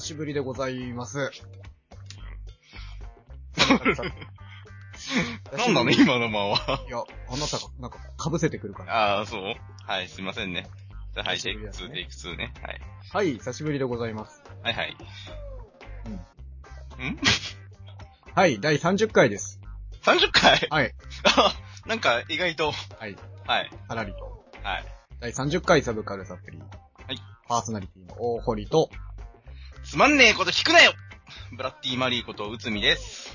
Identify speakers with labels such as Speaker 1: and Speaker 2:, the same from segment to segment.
Speaker 1: しぶりでございます。
Speaker 2: なんなの今の間は。
Speaker 1: いや、あなたが、なんか、被せてくるから。
Speaker 2: ああ、そうはい、すいませんね。じゃあはい、テイク
Speaker 1: 久しぶ
Speaker 2: 2、
Speaker 1: り
Speaker 2: テイク2ね。はい。
Speaker 1: はい、久しぶりでございます。
Speaker 2: はいはい。ん
Speaker 1: はい、第30回です。
Speaker 2: ?30 回
Speaker 1: はい。
Speaker 2: あ なんか、意外と。
Speaker 1: はい。
Speaker 2: はい。
Speaker 1: さらりと。
Speaker 2: はい。。
Speaker 1: 第30回サブカルサプリ。はいパーソナリティの大堀と、
Speaker 2: つまんねえこと聞くなよブラッディマリーこと、うつみです。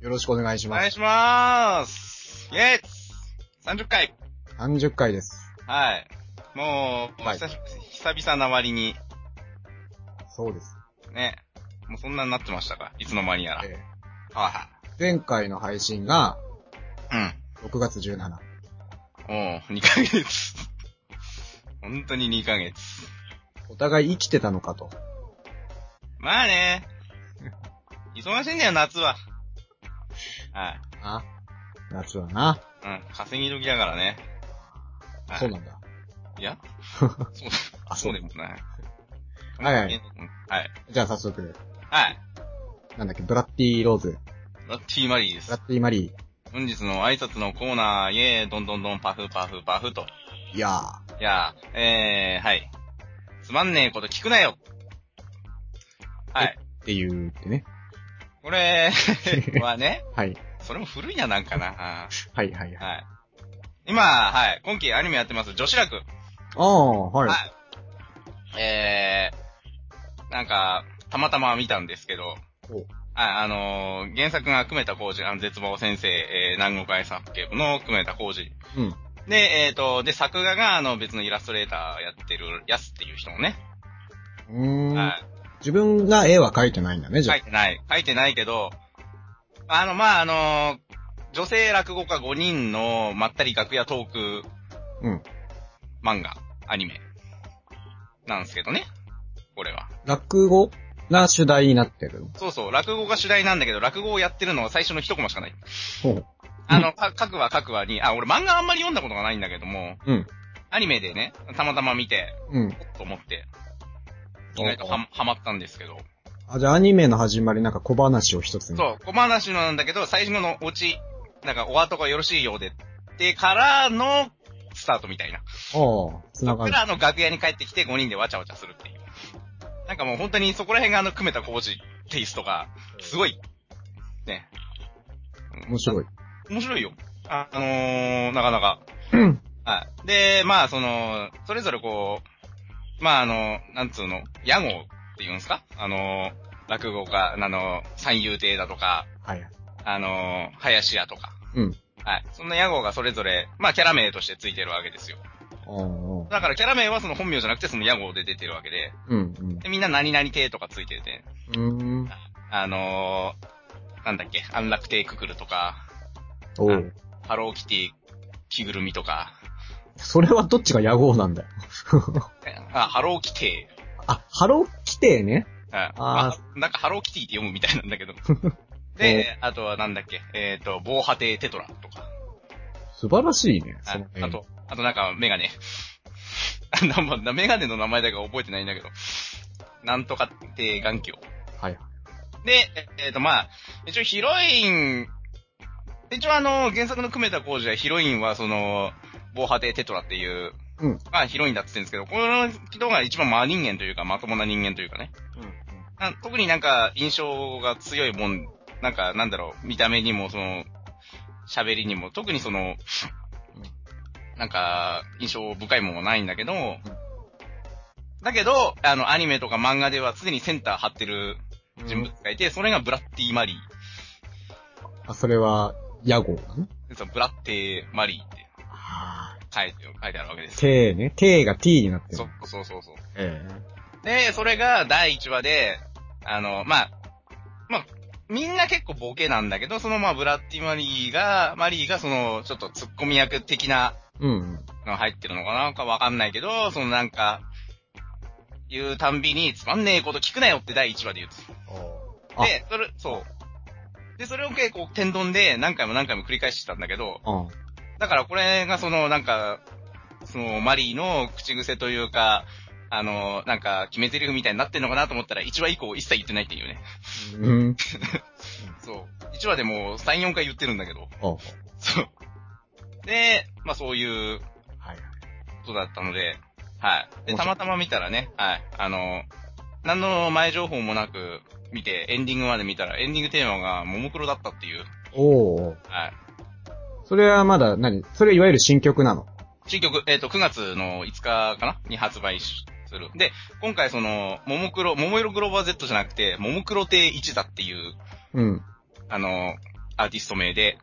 Speaker 1: よろしくお願いし
Speaker 2: お
Speaker 1: ま
Speaker 2: 願
Speaker 1: す。
Speaker 2: いしまーす。イェーイ !30 回
Speaker 1: 30回です。
Speaker 2: はい。もう、
Speaker 1: はい
Speaker 2: 久し久々な割に、
Speaker 1: そうです。
Speaker 2: ね。もうそんなになってましたかいつの間にやら。はい
Speaker 1: えー
Speaker 2: は
Speaker 1: 前回の配信が
Speaker 2: い。うん。
Speaker 1: 6月17。
Speaker 2: おう、2ヶ月。 本当に2ヶ月。
Speaker 1: お互い生きてたのかと。
Speaker 2: まあね。忙しいんだよ、夏は。はい。
Speaker 1: あ夏はな。
Speaker 2: うん、稼ぎ時だからね。はい、
Speaker 1: そうなんだ。
Speaker 2: いやそう
Speaker 1: あ
Speaker 2: そうでもない。
Speaker 1: はいはい
Speaker 2: うんはい。
Speaker 1: じゃあ早速、
Speaker 2: はい。
Speaker 1: なんだっけ、ブラッディローズ、
Speaker 2: ラッティーマリーで
Speaker 1: ブラ
Speaker 2: す。
Speaker 1: ッディマリ
Speaker 2: 本日の挨拶のコーナー、イェーイ、どんどんどん、パフパフパフと。
Speaker 1: ー。いや
Speaker 2: いやー、えー、はい。つまんねえこと聞くなよはい。
Speaker 1: ーっていうってね。
Speaker 2: これはね、
Speaker 1: はい。
Speaker 2: それも古いな、なんかな。
Speaker 1: はいはいはい。
Speaker 2: はい。今、はい、今期アニメやってます、女子楽。
Speaker 1: ああ、はい。
Speaker 2: はい。えー、なんか、たまたま見たんですけど、
Speaker 1: お
Speaker 2: ああのー原作が久米田浩二、あの、絶望先生、えー、南国愛作家部の久米田浩二。
Speaker 1: うん。
Speaker 2: で、えっ、と、で、作画が、あの、別のイラストレーターやってる、やすっていう人もね。
Speaker 1: うーん
Speaker 2: は。
Speaker 1: 自分が絵は描いてないんだね、
Speaker 2: い。
Speaker 1: じゃあ
Speaker 2: 書い。てない。書いてないけど、あの、まあ、あのー女性落語家5人のまったり楽屋トーク
Speaker 1: うん。
Speaker 2: 漫画、アニメ。なんですけどね。これは。
Speaker 1: 落語が主題になってるの。
Speaker 2: そうそう、落語が主題なんだけど、落語をやってるのは最初の一コマしかない。
Speaker 1: ほう。
Speaker 2: あの、か、各話各話に、あ、俺漫画あんまり読んだことがないんだけども、
Speaker 1: うん。
Speaker 2: アニメでね、たまたま見て、
Speaker 1: うん。
Speaker 2: おっと思って、意外とは、はまったんですけど。
Speaker 1: あ、じゃあアニメの始まりなんか小話を一つに。
Speaker 2: そう、小話のなんだけど、最初のオチ、なんか、お後がよろしいようで、で、からの、スタートみたいな。
Speaker 1: ああ、繋が
Speaker 2: 僕
Speaker 1: る。
Speaker 2: らあの楽屋に帰ってきて5人でわちゃわちゃするっていう。なんかもう本当にそこら辺があの、組めた工事テイストが、すごい、ね。
Speaker 1: 面白い。
Speaker 2: 面白いよ。あ、あのー、なかなか。
Speaker 1: うん。
Speaker 2: はい。で、まあ、その、それぞれこう、まあ、あの、なんつうの、屋号って言うんですかあの、落語家、あの、三遊亭だとか、
Speaker 1: はい。
Speaker 2: あの、林家とか。
Speaker 1: うん。
Speaker 2: はい。そんな屋号がそれぞれ、まあ、キャラ名としてついてるわけですよ。
Speaker 1: ああ、
Speaker 2: だからキャラ名はその本名じゃなくてその屋号で出てるわけで、
Speaker 1: うん、うん。
Speaker 2: でみんな何々亭とかついてて、
Speaker 1: うーん。
Speaker 2: あのー、なんだっけ、安楽亭くくるとか、
Speaker 1: おう。
Speaker 2: ハローキティ着ぐるみとか、
Speaker 1: それはどっちが野号なんだよ。
Speaker 2: あ、ハローキティ。
Speaker 1: あ、ハロー規定ね。
Speaker 2: あ
Speaker 1: あー
Speaker 2: まなんかハローキティって読むみたいなん だけど。で、あとはなんだっけ、えっ、と、防波堤テトラとか。
Speaker 1: 素晴らしいね。
Speaker 2: あ
Speaker 1: その
Speaker 2: あと、あとなんかメガネ。 あなんかメガネの名前だけ覚えてないんだけど。なんとかって眼鏡。
Speaker 1: はいはい。
Speaker 2: で、えっ、と、まあ、一応ヒロイン、一応あの、原作の組めた工事はヒロインはその、防波堤テトラっていう、
Speaker 1: うん
Speaker 2: まあヒロインだって言ってるんですけど、この人が一番真人間というか、まともな人間というかね。な特になんか印象が強いもん、なんかなんだろう、見た目にもその、喋りにも、特にその、なんか印象深いもんはないんだけど、だけど、あの、アニメとか漫画では常にセンター張ってる
Speaker 1: うん
Speaker 2: 人物がいて、それがブラッティ・マリー。
Speaker 1: あ、それは、野号だね。
Speaker 2: でそのブラッティ・マリーって
Speaker 1: ああ。
Speaker 2: 書いて書いてあるわけですよ。
Speaker 1: T ね。T が T になってる。
Speaker 2: そうそうそうそう。
Speaker 1: え
Speaker 2: で、それが第1話で、あの、まあ、まあ、みんな結構ボケなんだけど、そのまあ、ブラッティマリーが、マリーがその、ちょっとツッコミ役的な
Speaker 1: えうんうん。
Speaker 2: のが入ってるのかなかわかんないけど、そのなんか、言うたんびに、つまんねえこと聞くなよって第1話で言うんです。
Speaker 1: あ
Speaker 2: で、それ、そう。で、それを結構天丼で何回も何回も繰り返してたんだけど、
Speaker 1: あ
Speaker 2: だからこれがその、なんか、その、マリーの口癖というか、あの、なんか、決め台詞みたいになってんのかなと思ったら、1話以降一切言ってないっていうね。
Speaker 1: うん。
Speaker 2: そう。1話でもう3、4回言ってるんだけど。
Speaker 1: あ、は
Speaker 2: そう。で、まあそういう
Speaker 1: い。
Speaker 2: ことだったので、はい。で、たまたま見たらね、はい。あの、何の前情報もなく見て、エンディングまで見たら、エンディングテーマがももクロだったっていう、
Speaker 1: おー。
Speaker 2: はい。
Speaker 1: それはまだ何、それいわゆる新曲なの。
Speaker 2: 新曲、えっ、と、9月の5日かなに発売しする。で、今回その、ももクロ、ももいろグローバー Z じゃなくて、ももクロ亭一座っていう、
Speaker 1: うん。
Speaker 2: あの、アーティスト名で、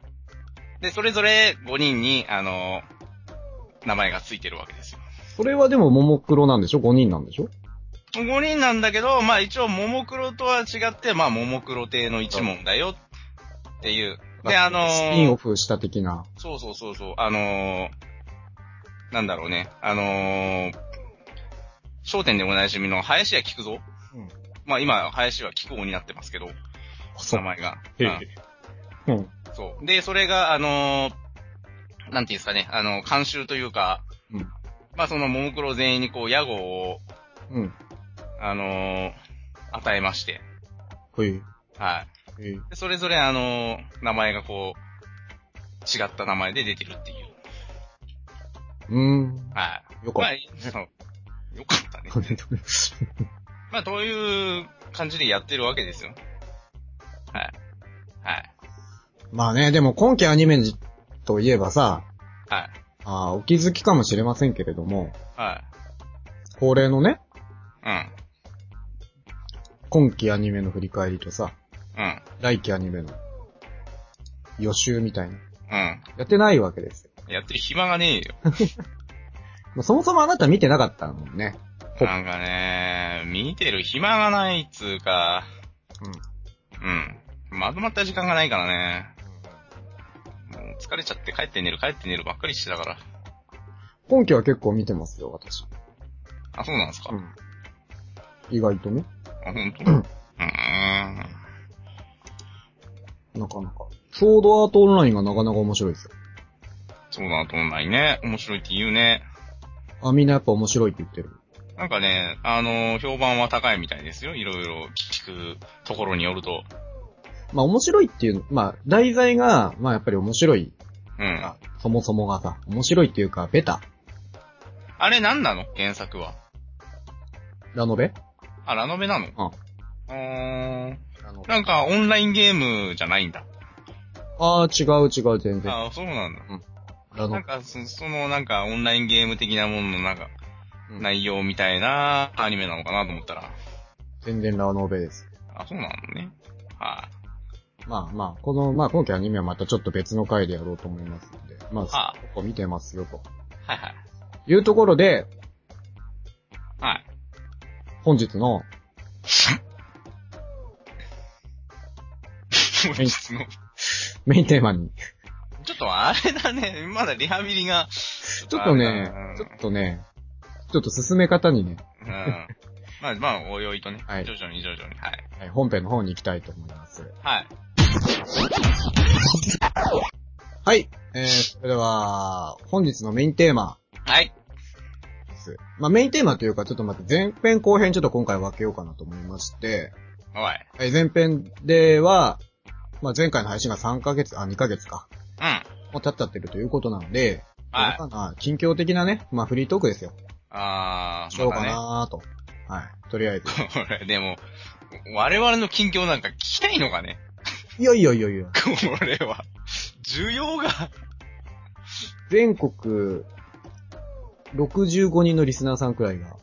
Speaker 2: で、それぞれ5人に、あの、名前がついてるわけですよ。
Speaker 1: それはでもももクロなんでしょ ?5 人なんでしょ
Speaker 2: 5人なんだけど、まあ一応、ももクロとは違って、まあ、ももクロ亭の一門だよっていう。で、あのー
Speaker 1: スピンオフした的な。
Speaker 2: そうそうそうそう、あのー、なんだろうね、あのー、商店でおなじみの林家菊蔵。
Speaker 1: うん
Speaker 2: まあ今、林は菊王になってますけど、
Speaker 1: あそ
Speaker 2: 名
Speaker 1: う。
Speaker 2: 前が。
Speaker 1: へ
Speaker 2: うん
Speaker 1: え。うん。
Speaker 2: そう。で、それが、あのーなんていうんですかね、あの、監修というか、
Speaker 1: うん
Speaker 2: まあその、ももクロ全員にこう、屋号を、
Speaker 1: うん。
Speaker 2: あのー与えまして、
Speaker 1: ほい。
Speaker 2: はい。
Speaker 1: へえ
Speaker 2: でそれぞれ、あのー名前がこう、違った名前で出てるっていう。
Speaker 1: うーん。
Speaker 2: はい。
Speaker 1: よ
Speaker 2: ま
Speaker 1: か
Speaker 2: あ
Speaker 1: っ、
Speaker 2: そう。よかったね
Speaker 1: た。。
Speaker 2: まあ、そういう感じでやってるわけですよ。はい。はい。
Speaker 1: まあね、でも今期アニメといえばさ、
Speaker 2: はい。
Speaker 1: あーお気づきかもしれませんけれども、
Speaker 2: はい。
Speaker 1: 恒例のね、
Speaker 2: うん。
Speaker 1: 今期アニメの振り返りとさ、
Speaker 2: うん。
Speaker 1: 来期アニメの予習みたいな。
Speaker 2: うん。
Speaker 1: やってないわけですよ。
Speaker 2: やってる暇がねえよ。
Speaker 1: まあそもそもあなた見てなかったもんね。ほっ
Speaker 2: なんかね、見てる暇がないっつうか、うん。まとまった時間がないからね。もう疲れちゃって帰って寝る、帰って寝るばっかりしてたから。
Speaker 1: 今期は結構見てますよ、私。
Speaker 2: あ、そうなんですか。
Speaker 1: うん。意外とね。
Speaker 2: あ、ほんと。うーん。
Speaker 1: なかなか。ソードアートオンラインがなかなか面白いですよ。
Speaker 2: そうだなと思ないね。面白いって言うね。
Speaker 1: あ、みんなやっぱ面白いって言ってる。
Speaker 2: なんかね、あの評判は高いみたいですよ。いろいろ聞くところによると。
Speaker 1: まあ面白いっていう、まあ題材が、まあやっぱり面白い。
Speaker 2: うん。
Speaker 1: あそもそもがさ、面白いっていうか、ベタ。
Speaker 2: あれ何なの原作は。
Speaker 1: ラノベ
Speaker 2: あ、ラノベなの
Speaker 1: うん
Speaker 2: うーん。
Speaker 1: あの
Speaker 2: なんか、オンラインゲームじゃないんだ。
Speaker 1: あー違う違う、全然。
Speaker 2: あそうなんだ。
Speaker 1: ラ
Speaker 2: な
Speaker 1: ノ
Speaker 2: んかそ、その、なんか、オンラインゲーム的なものの、なんか、
Speaker 1: うん
Speaker 2: 内容みたいなアニメなのかなと思ったら。
Speaker 1: 全然ラノベです。
Speaker 2: あ、そうなのね。はい、
Speaker 1: まあまあ、この、まあ今期アニメはまたちょっと別の回でやろうと思いますんで、まあ、
Speaker 2: あ。
Speaker 1: そこ見てますよ、と
Speaker 2: はいはい。
Speaker 1: いうところで、
Speaker 2: はい。
Speaker 1: 本日の、
Speaker 2: 本日の
Speaker 1: メインテーマに。
Speaker 2: ちょっとあれだね、まだリハビリが。ち
Speaker 1: ちょっとね
Speaker 2: うん、
Speaker 1: ちょっとね、ちょっと進め方にね、
Speaker 2: うん。まあまあ、おいおいとね、
Speaker 1: はい
Speaker 2: 徐々に徐々に。はい。
Speaker 1: はい本編の方に行きたいと思います。
Speaker 2: はい。
Speaker 1: はい。えー、それでは、本日のメインテーマ
Speaker 2: はい。
Speaker 1: です。まあメインテーマというか、ちょっと待って、前編後編ちょっと今回分けようかなと思いまして、
Speaker 2: おい。
Speaker 1: はい、前編では、まあ前回の配信が3ヶ月、あ、2ヶ月か。
Speaker 2: うん。
Speaker 1: もう経っちゃってるということなので、
Speaker 2: はい
Speaker 1: まあ近況的なね、まあフリートークですよ。
Speaker 2: あ
Speaker 1: し
Speaker 2: ー、
Speaker 1: よう
Speaker 2: まだ
Speaker 1: か
Speaker 2: ね。
Speaker 1: なーと。はい。とりあえず。
Speaker 2: これ、 でも、我々の近況なんか聞きたいのかね
Speaker 1: いやいやいやいや。
Speaker 2: これは。需要が。
Speaker 1: 全国、65人のリスナーさんくらいが。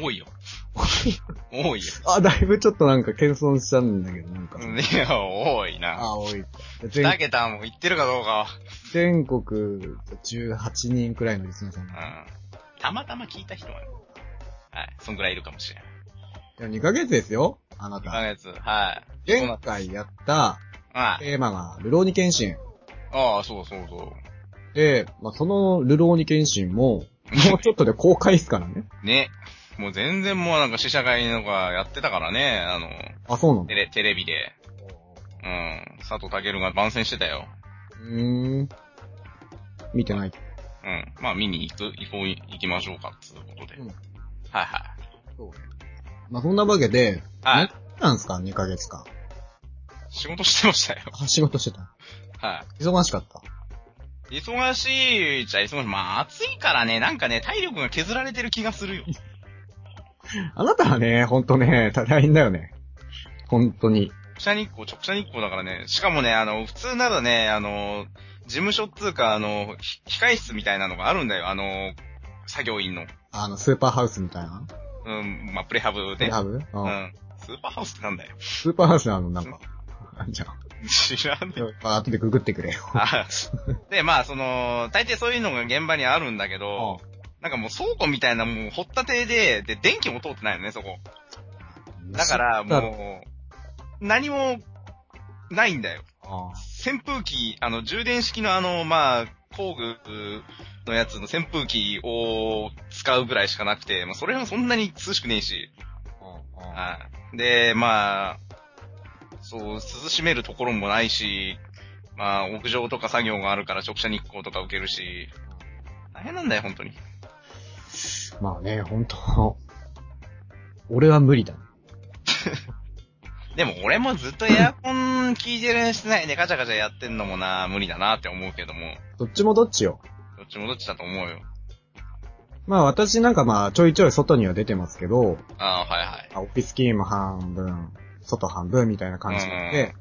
Speaker 2: 多いよ。多いよ。
Speaker 1: あ、だいぶちょっとなんか謙遜しちゃうんだけど、なんか。
Speaker 2: いや、多いな。
Speaker 1: あ、多い。
Speaker 2: だ
Speaker 1: 全
Speaker 2: けたも言ってるかどうかは。
Speaker 1: 全国18人くらいのリスナーさん
Speaker 2: う
Speaker 1: が。
Speaker 2: ん。たまたま聞いた人はね。はい。そんぐらいいるかもしれない。
Speaker 1: いや、2ヶ月ですよあな
Speaker 2: 2ヶ
Speaker 1: た。
Speaker 2: 月。はい。
Speaker 1: 前回やった
Speaker 2: あ
Speaker 1: テーマが、ルローニケンシン。
Speaker 2: ああ、そうそうそう。
Speaker 1: で、まあ、そのルローニケンシンも、もうちょっとで公開ですから ね。
Speaker 2: ね。もう全然もうなんか試写会のがやってたからね、あの、
Speaker 1: あ、そうなんだ
Speaker 2: テ。レ、テレビで。うん。佐藤健が番宣してたよ。
Speaker 1: うーん。見てない。
Speaker 2: うん。まあ見に行く、行こう、行きましょうか、つうことで。
Speaker 1: うん
Speaker 2: はいはい。
Speaker 1: そうね。まあ、そんなわけで、
Speaker 2: はい。
Speaker 1: なんですか ?2 ヶ月間。
Speaker 2: 仕事してましたよ。
Speaker 1: あ、仕事してた。
Speaker 2: は
Speaker 1: 忙しかった。
Speaker 2: い。忙しいじゃ忙しい。まあ、暑いからね、なんかね、体力が削られてる気がするよ。
Speaker 1: あなたはね、ほんとね、大変だよね。ほんとに。
Speaker 2: 直射日光、直射日光だからね。しかもね、あの、普通ならね、あの、事務所っつうか、あの、ひ控え室みたいなのがあるんだよ。あの、作業員の。
Speaker 1: あの、スーパーハウスみたいな。
Speaker 2: うん、まあ、プレハブ
Speaker 1: プレ
Speaker 2: で。
Speaker 1: ハブうん。
Speaker 2: うん。スーパーハウスってなん だよ。
Speaker 1: スーパーハウスのあの、なん か。じゃ
Speaker 2: 知らんね。
Speaker 1: あ、後でググってくれよ。
Speaker 2: あで、まあ、その、大抵そういうのが現場にあるんだけど、なんかもう倉庫みたいなもう掘ったてで、で、電気も通ってないよね、そこ。だから、もう、何も、ないんだよ。
Speaker 1: あ
Speaker 2: 扇風機、あの、充電式のあの、まあ、工具のやつの扇風機を使うぐらいしかなくて、まあ、それもそんなに涼しくねえし、
Speaker 1: あ。
Speaker 2: はい。で、まあ、そう、涼しめるところもないし、まあ、屋上とか作業があるから直射日光とか受けるし、大変なんだよ、本当に。
Speaker 1: まあね、ほんと。俺は無理だね。
Speaker 2: でも俺もずっとエアコン効いてる室内でガチャガチャやってんのもな、無理だなって思うけども、
Speaker 1: どっちもどっちよ。
Speaker 2: どっちもどっちだと思うよ。
Speaker 1: まあ私なんかまあちょいちょい外には出てますけど、
Speaker 2: ああ、はいはい。
Speaker 1: あオフィス勤務半分、外半分みたいな感じなんで、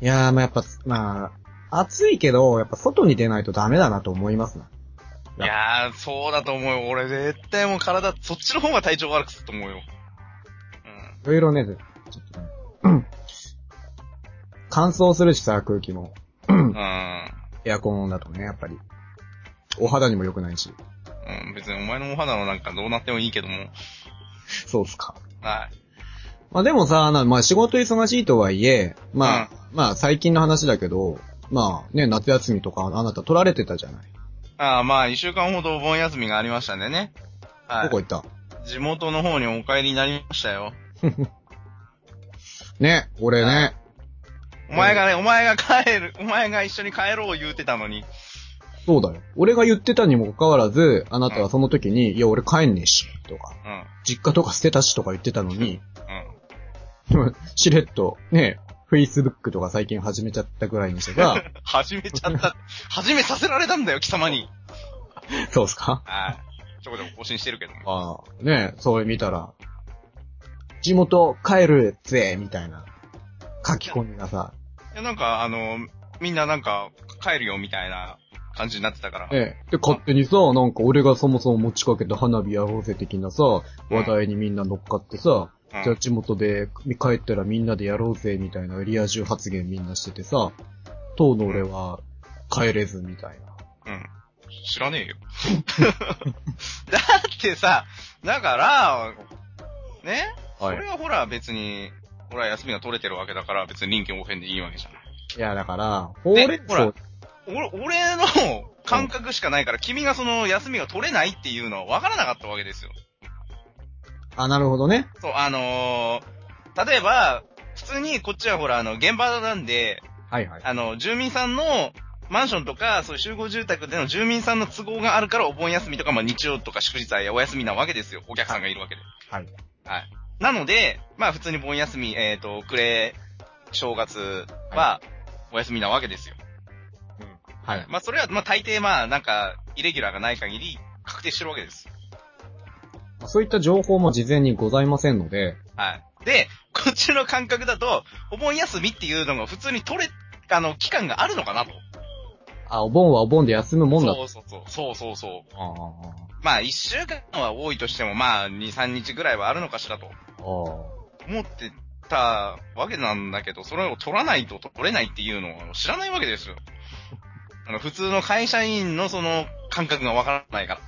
Speaker 1: いやーまあやっぱ、まあ、暑いけど、やっぱ外に出ないとダメだなと思いますな。
Speaker 2: いやー、そうだと思うよ。俺絶対もう体、そっちの方が体調悪くすると思うよ。
Speaker 1: いろいろね、ちょっとね、うん乾燥するしさ、空気も。
Speaker 2: うん。うん。
Speaker 1: エアコンだとね、やっぱり。お肌にも良くないし。
Speaker 2: うん、別にお前のお肌のなんかどうなってもいいけども。
Speaker 1: そうっすか。
Speaker 2: はい。
Speaker 1: まあでもさ、なまあ仕事忙しいとはいえ、まあ、まあ最近の話だけど、まあね、夏休みとかあなた取られてたじゃない。
Speaker 2: ああ、まあ、一週間ほどお盆休みがありましたんでね。は
Speaker 1: どこ
Speaker 2: い。
Speaker 1: 行った
Speaker 2: 地元の方にお帰りになりましたよ。
Speaker 1: ね、俺ね。
Speaker 2: お前がね、お前が帰る、お前が一緒に帰ろう言うてたのに。
Speaker 1: そうだよ。俺が言ってたにもかかわらず、あなたはその時に、いや俺帰んねえし、とか、
Speaker 2: うん。うん。
Speaker 1: 実家とか捨てたしとか言ってたのに、 しれっと、ね、Facebook とか最近始めちゃったぐらいの人 が、
Speaker 2: 始めちゃ った。始めさせられたんだよ、貴様に。
Speaker 1: そうっすか
Speaker 2: はい。ちょこちょこ更新してるけども。
Speaker 1: ああ、ねそれ見たら、地元帰るぜ、みたいな書き込みがさ、
Speaker 2: いや、なんか、あの、みんななんか、帰るよ、みたいな感じになってたから。
Speaker 1: ええ。で、勝手にさ、なんか俺がそもそも持ちかけた花火やろうぜ的なさ、話題にみんな乗っかってさ、
Speaker 2: うん
Speaker 1: じゃあ地元で帰ったらみんなでやろうぜみたいなリア充発言みんなしててさ、当の俺は帰れずみたいな。
Speaker 2: うん。知 らねえよ。だってさ、だから、ね、
Speaker 1: はい
Speaker 2: それはほら別に、ほら休みが取れてるわけだから別に臨機応変でいいわけじゃない。
Speaker 1: いや、だから、ほうれん
Speaker 2: ほら
Speaker 1: 草、
Speaker 2: 俺、俺の感覚しかないから、君がその休みが取れないっていうのは分からなかったわけですよ。
Speaker 1: あ、なるほどね。
Speaker 2: そう、あのー例えば、普通にこっちはほらあの、現場なんで、
Speaker 1: はいはい。
Speaker 2: あの、住民さんの、マンションとか、そういう集合住宅での住民さんの都合があるから、お盆休みとか、まあ日曜とか祝日はお休みなわけですよ。お客さんがいるわけで。
Speaker 1: はい。
Speaker 2: はい。なので、まあ普通に盆休み、えっ、と、暮れ、正月は、お休みなわけですよ。
Speaker 1: はい。
Speaker 2: まあそれは、まあ大抵まあなんか、イレギュラーがない限り、確定してるわけです。
Speaker 1: そういった情報も事前にございませんので、
Speaker 2: はい。で、 こっちの感覚だと、お盆休みっていうのが普通に取れ、あの、期間があるのかなと。
Speaker 1: あ、お盆はお盆で休むもんだと。
Speaker 2: そうそうそう。そうそうそう。
Speaker 1: ああ
Speaker 2: まあ、一週間は多いとしても、まあ、二、三日ぐらいはあるのかしらと
Speaker 1: ああ、
Speaker 2: 思ってたわけなんだけど、それを取らないと取れないっていうのを知らないわけですよ。あの、普通の会社員のその感覚がわからないから。
Speaker 1: あ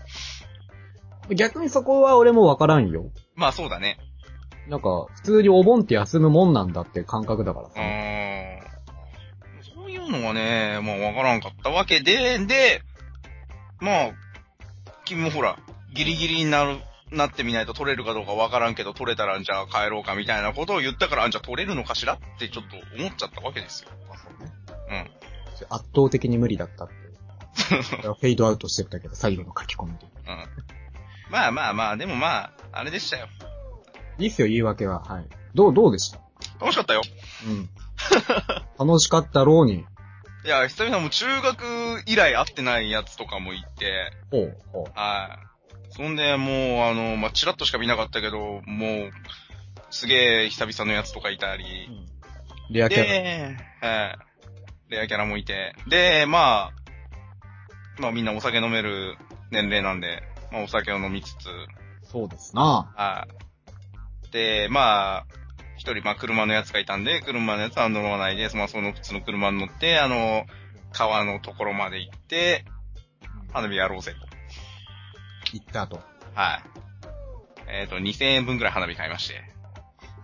Speaker 1: あ。逆にそこは俺もわからんよ。
Speaker 2: まあ、そうだね。
Speaker 1: なんか、普通にお盆って休むもんなんだって感覚だから
Speaker 2: う
Speaker 1: さ。
Speaker 2: ーん。そういうのがね、まあ、わからんかったわけで、で、まあ、君もほら、ギリギリになる、なってみないと取れるかどうかわからんけど、取れたらじゃあ帰ろうかみたいなことを言ったから、あじゃあ取れるのかしらってちょっと思っちゃったわけですよ。うん。
Speaker 1: 圧倒的に無理だった って。フェードアウトしてったけど、最後の書き込みで。
Speaker 2: うんまあまあまあ、でもまあ、あれでしたよ。
Speaker 1: いいっすよ、言い訳は。はい。どう、どうでした
Speaker 2: 楽しかったよ。
Speaker 1: うん。楽しかったろうに。
Speaker 2: いや、久々もう中学以来会ってないやつとかも行って、
Speaker 1: ほう、ほう。
Speaker 2: はい。そんで、もう、あの、まあ、チラッとしか見なかったけど、もう、すげえ久々のやつとかいたり、
Speaker 1: リアキャラ。
Speaker 2: で、はい。レアキャラもいて。で、まあ、まあみんなお酒飲める年齢なんで、まあお酒を飲みつつ、
Speaker 1: そうですな。
Speaker 2: はい。で、まあ、一人、まあ車のやつがいたんで、車のやつは乗らないで、まあその普通の車に乗って、あの、川のところまで行って、花火やろうぜと。
Speaker 1: 行ったと。
Speaker 2: はい。えっ、と、2000円分くらい花火買いまして。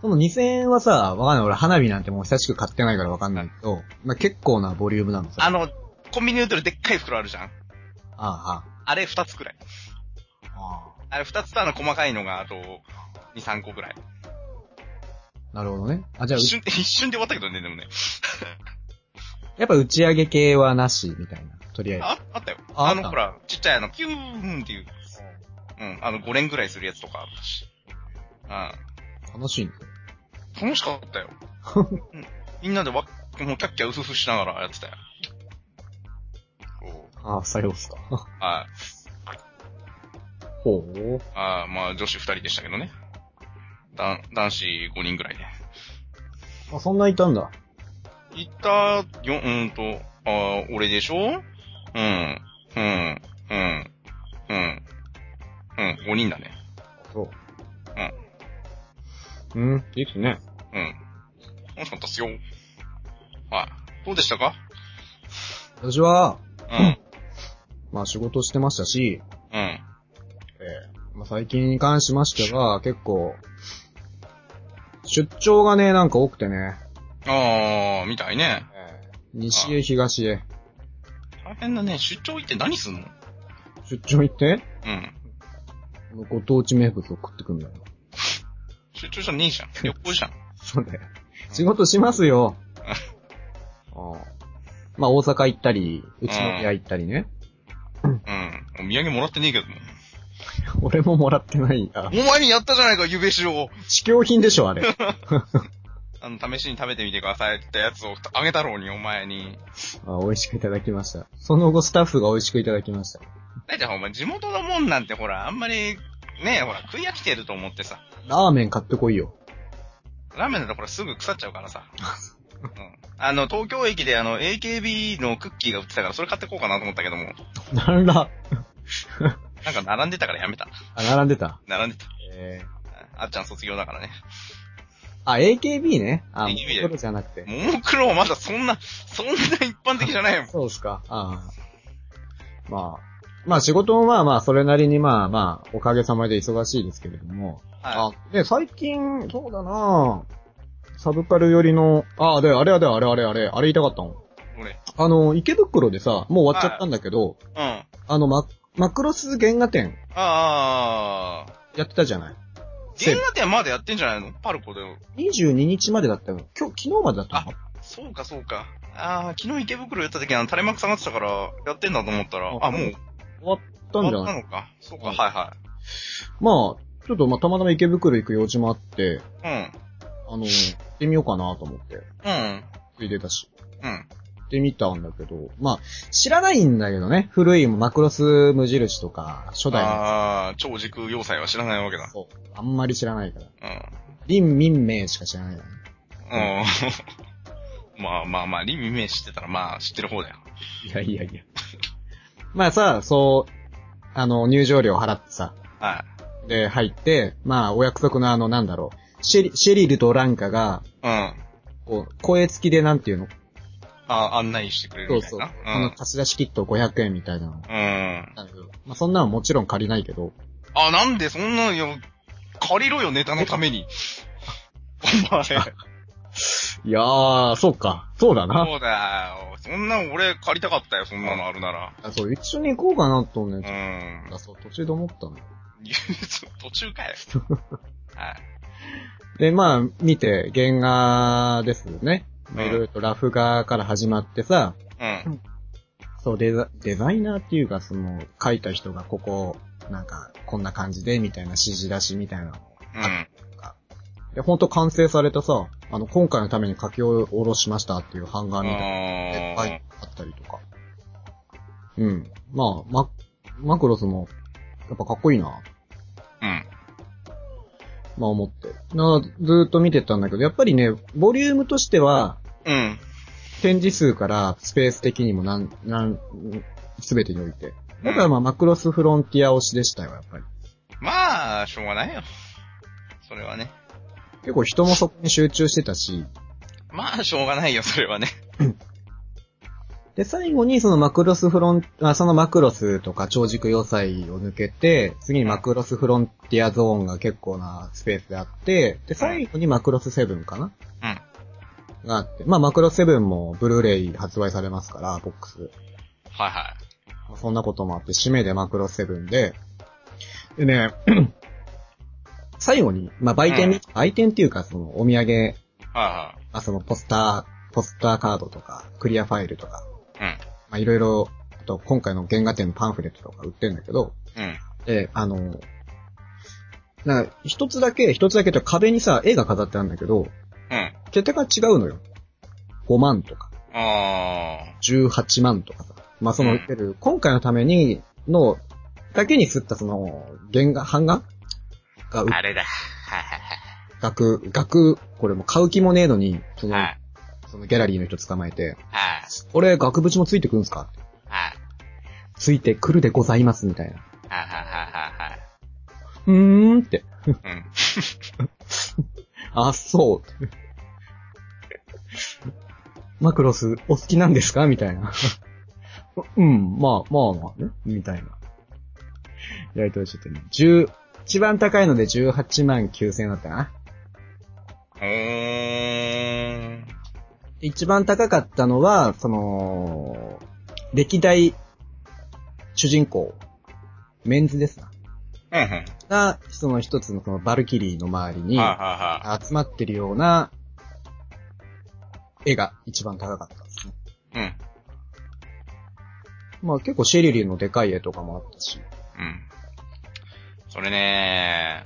Speaker 1: その2000円はさ、わかんない。俺花火なんてもう久しく買ってないからわかんないけど、まあ、結構なボリュームなのさ。
Speaker 2: あの、コンビニで売ってるでっかい袋あるじゃん。
Speaker 1: あ
Speaker 2: あれ2つくらい。
Speaker 1: あ、ああ。あ
Speaker 2: あれ2つとあの細かいのがあと、2、3個くらい。
Speaker 1: あなるほどね。あ、じゃあ
Speaker 2: 一、瞬、一瞬で終わったけどね、でもね。
Speaker 1: やっぱ打ち上げ系はなし、みたいな。とりあえず。
Speaker 2: あ、あったよ。
Speaker 1: あ
Speaker 2: あ
Speaker 1: あった
Speaker 2: の、ほら、ちっちゃいあの、ピューンっていう。うん、あの、5連ぐらいするやつとかあったし。
Speaker 1: 楽しいね。
Speaker 2: うん。楽しかっ たよ。うんみんなでわ、もうキャッキャウフフしながらやってたよ。こう
Speaker 1: ああ、さようっすか。
Speaker 2: はい。
Speaker 1: ほう。
Speaker 2: あーまあ、女子2人でしたけどね。だ男子5人ぐらいで。
Speaker 1: あ、そんないたんだ。
Speaker 2: 行った、よ、うーんと、あー俺でしょうん、うん、うん、うん、うん、5人だね。
Speaker 1: そう。うん。うん、いいっすね。
Speaker 2: うん。楽しかったっすよ。はい。どうでしたか
Speaker 1: 私は、
Speaker 2: うん。
Speaker 1: まあ仕事してましたし、
Speaker 2: うん。
Speaker 1: ええまあ、最近に関しましては、結構、出張がね、なんか多くてね、
Speaker 2: あー、みたいね。
Speaker 1: 西へ東へ、
Speaker 2: 大変だね。出張行って何すんの
Speaker 1: 出張行って、
Speaker 2: うん。
Speaker 1: ご当地名物を食ってくんだよ。
Speaker 2: 出張じゃねえ じゃん。旅行じゃん。
Speaker 1: そうだよ。 仕事します よ。ああまあ大阪行ったり、うちの家行ったりね。
Speaker 2: うん。お土産もらってねえけども。
Speaker 1: 俺ももらってない。あ、
Speaker 2: お前にやったじゃないか、ゆべしを。
Speaker 1: 試供品でしょ、あれ。
Speaker 2: あの、試しに食べてみてくださいってやつをあげたろうに、お前に。
Speaker 1: あ美味しくいただきました。その後スタッフが美味しくいただきました。
Speaker 2: だいたいお前地元のもんなんてほら、あんまり、ねえ、ほら、食い飽きてると思ってさ。
Speaker 1: ラーメン買ってこいよ。
Speaker 2: ラーメンだとこれすぐ腐っちゃ うからさ。うん、あの、東京駅であの、AKB のクッキーが売ってたから、それ買ってこうかなと思ったけども、
Speaker 1: なんだ。
Speaker 2: なんか並んでたからやめた。
Speaker 1: あ、並んでた。
Speaker 2: 並んでた。
Speaker 1: え
Speaker 2: あっちゃん卒業だからね。
Speaker 1: あ、AKB ね。あ、も
Speaker 2: AKB
Speaker 1: うプロじゃなくて。
Speaker 2: ももクロはまだそんな、そんな一般的じゃないもん。
Speaker 1: そうっすか。ああ。まあ。まあ仕事もまあまあ、それなりにまあまあ、おかげさまで忙しいですけれども。
Speaker 2: は
Speaker 1: あ、で、最近、そうだなぁサブカル寄りの、あ、で、あれあれあれあれあれ、あれ言いたかったの。
Speaker 2: い。俺。
Speaker 1: あの、池袋でさ、もう終わっちゃったんだけど、
Speaker 2: うん。あ
Speaker 1: あの、マ、マクロス原画展、
Speaker 2: あ
Speaker 1: やってたじゃない
Speaker 2: ー。原画展まだやってんじゃないのパルコで。
Speaker 1: 22日までだったよ。今日、昨日までだったの
Speaker 2: そうか、そうか。ああ、昨日池袋やった時あの、垂れ幕下がってたから、やってんだと思ったら、あ、もう、
Speaker 1: 終わったん
Speaker 2: 終
Speaker 1: じ
Speaker 2: わ
Speaker 1: ゃ
Speaker 2: っ
Speaker 1: な
Speaker 2: た
Speaker 1: い
Speaker 2: のか。そうか、
Speaker 1: う
Speaker 2: は
Speaker 1: ん
Speaker 2: いは
Speaker 1: まあ、ちょっとまあ、たまたま池袋行く用事もあって、
Speaker 2: い。
Speaker 1: あの、行ってみようかなと思って、
Speaker 2: うん。うん。
Speaker 1: ついでたし。
Speaker 2: うん。
Speaker 1: 行ってみたんだけど、まあ、知らないんだけどね。古いマクロス無印とか、初代のや
Speaker 2: ああ、超時空要塞は知らないわけだ
Speaker 1: つ。。そう。あんまり知らないから。
Speaker 2: う
Speaker 1: 林民明しか知らないからね。
Speaker 2: ん。うん。 まあまあまあ、リミ名知ってたらまあ知ってる方だよ。
Speaker 1: いやいやいや。まあさ、そう、あの、入場料払ってさ、
Speaker 2: は
Speaker 1: で、入って、まあ、お約束のあの、なんだろう、シェリシェリルとランカが、
Speaker 2: い。うん。あ
Speaker 1: こう、声付きでなんていうの
Speaker 2: 案内してくれる
Speaker 1: そう
Speaker 2: みたい
Speaker 1: そう。
Speaker 2: な。
Speaker 1: あの、貸し出しキット500円みたいなの。
Speaker 2: うん。うん。
Speaker 1: なんだけどまあ、そんなのもちろん借りないけど、
Speaker 2: あ、なんでそんなのよ、借りろよ、ネタの ために。お前、
Speaker 1: いやー、そうか。そうだな。
Speaker 2: そうだよ。そんなの俺借りたかったよ、そんなのあるなら。
Speaker 1: あそう、一緒に行こうかなと
Speaker 2: う
Speaker 1: ね、
Speaker 2: ん。
Speaker 1: あそう、途中で思ったの。
Speaker 2: 途中 かよ。はい。
Speaker 1: で、まあ、見て、原画ですね。まあ、
Speaker 2: うん
Speaker 1: いろいろとラフ画から始まってさ、
Speaker 2: うん。
Speaker 1: そう、デザ、デザイナーっていうか、その、描いた人がここ、なんか、こんな感じで、みたいな指示出しみたいなの
Speaker 2: うん。
Speaker 1: で、ほんと完成されたさ、あの、今回のために書き下ろしましたっていう版画みたいなのがいっぱ
Speaker 2: あ
Speaker 1: いあったりとか。うん。まあ、マ、マクロスも、やっぱかっこいいな、
Speaker 2: ーうん。
Speaker 1: まあ思って。なずーっと見てたんだけど、やっぱりね、ボリュームとしては、
Speaker 2: うん。
Speaker 1: 展示数からスペース的にもなん、なん、すべてにおいて。だからまあ、マクロスフロンティア推しでしたよ、やっぱり。
Speaker 2: まあ、しょうがないよ。それはね。
Speaker 1: 結構人もそこに集中してたし、
Speaker 2: まあ、しょうがないよ、それはね。
Speaker 1: で、最後にそのマクロスフロン、あそのマクロスとか超軸要塞を抜けて、次にマクロスフロンティアゾーンが結構なスペースであって、で、最後にマクロスセブンかながあって、まあマクロスセブンもブルーレイ発売されますから、ボックス。
Speaker 2: はいは
Speaker 1: まあそんなこともあって、締めでマクロスセブンで、でね、 最後に、まあ売店、
Speaker 2: うん
Speaker 1: 売店っていうかそのお土産、
Speaker 2: い。は
Speaker 1: まあそのポスター、ポスターカードとか、クリアファイルとか、
Speaker 2: いはい。
Speaker 1: まあ、いろいろ、あと、今回の原画展のパンフレットとか売ってんだけど、
Speaker 2: うん。うん。
Speaker 1: で、あの、なんか一つだけ、一つだけというか壁にさ、絵が飾ってあるんだけど、
Speaker 2: うん。
Speaker 1: 桁が違うのよ。5万とか、
Speaker 2: あ
Speaker 1: 18万とかさ。まあ、その売ってる、今回のためにの、だけに吸ったその、原画、版画が売
Speaker 2: ー。
Speaker 1: っ
Speaker 2: あれだ。はいはいは
Speaker 1: 額、額、これもう買う気もねえのに、そ
Speaker 2: い。
Speaker 1: の、
Speaker 2: はい。
Speaker 1: そのギャラリーの人捕まえて、
Speaker 2: はい。
Speaker 1: これ額縁もついてくるんすか
Speaker 2: はい。
Speaker 1: ついてくるでございます、みたいな。
Speaker 2: はいはいは
Speaker 1: うーんって。
Speaker 2: いはい。うん。
Speaker 1: あ、そう。マクロス、お好きなんですかみたいな。うん、まあ、まあまあね、みたいな。やりとりしててね。10、一番高いので18万9000円だったかな。
Speaker 2: おーん。
Speaker 1: 一番高かったのは、その、歴代主人公、メンズですな。
Speaker 2: うんうん。はい
Speaker 1: が、その一つのそのバルキリーの周りに
Speaker 2: はいは
Speaker 1: 集まってるような絵が一番高かったですね。
Speaker 2: い。うん。
Speaker 1: まあ結構シェリリのでかい絵とかもあったし、
Speaker 2: うん。それね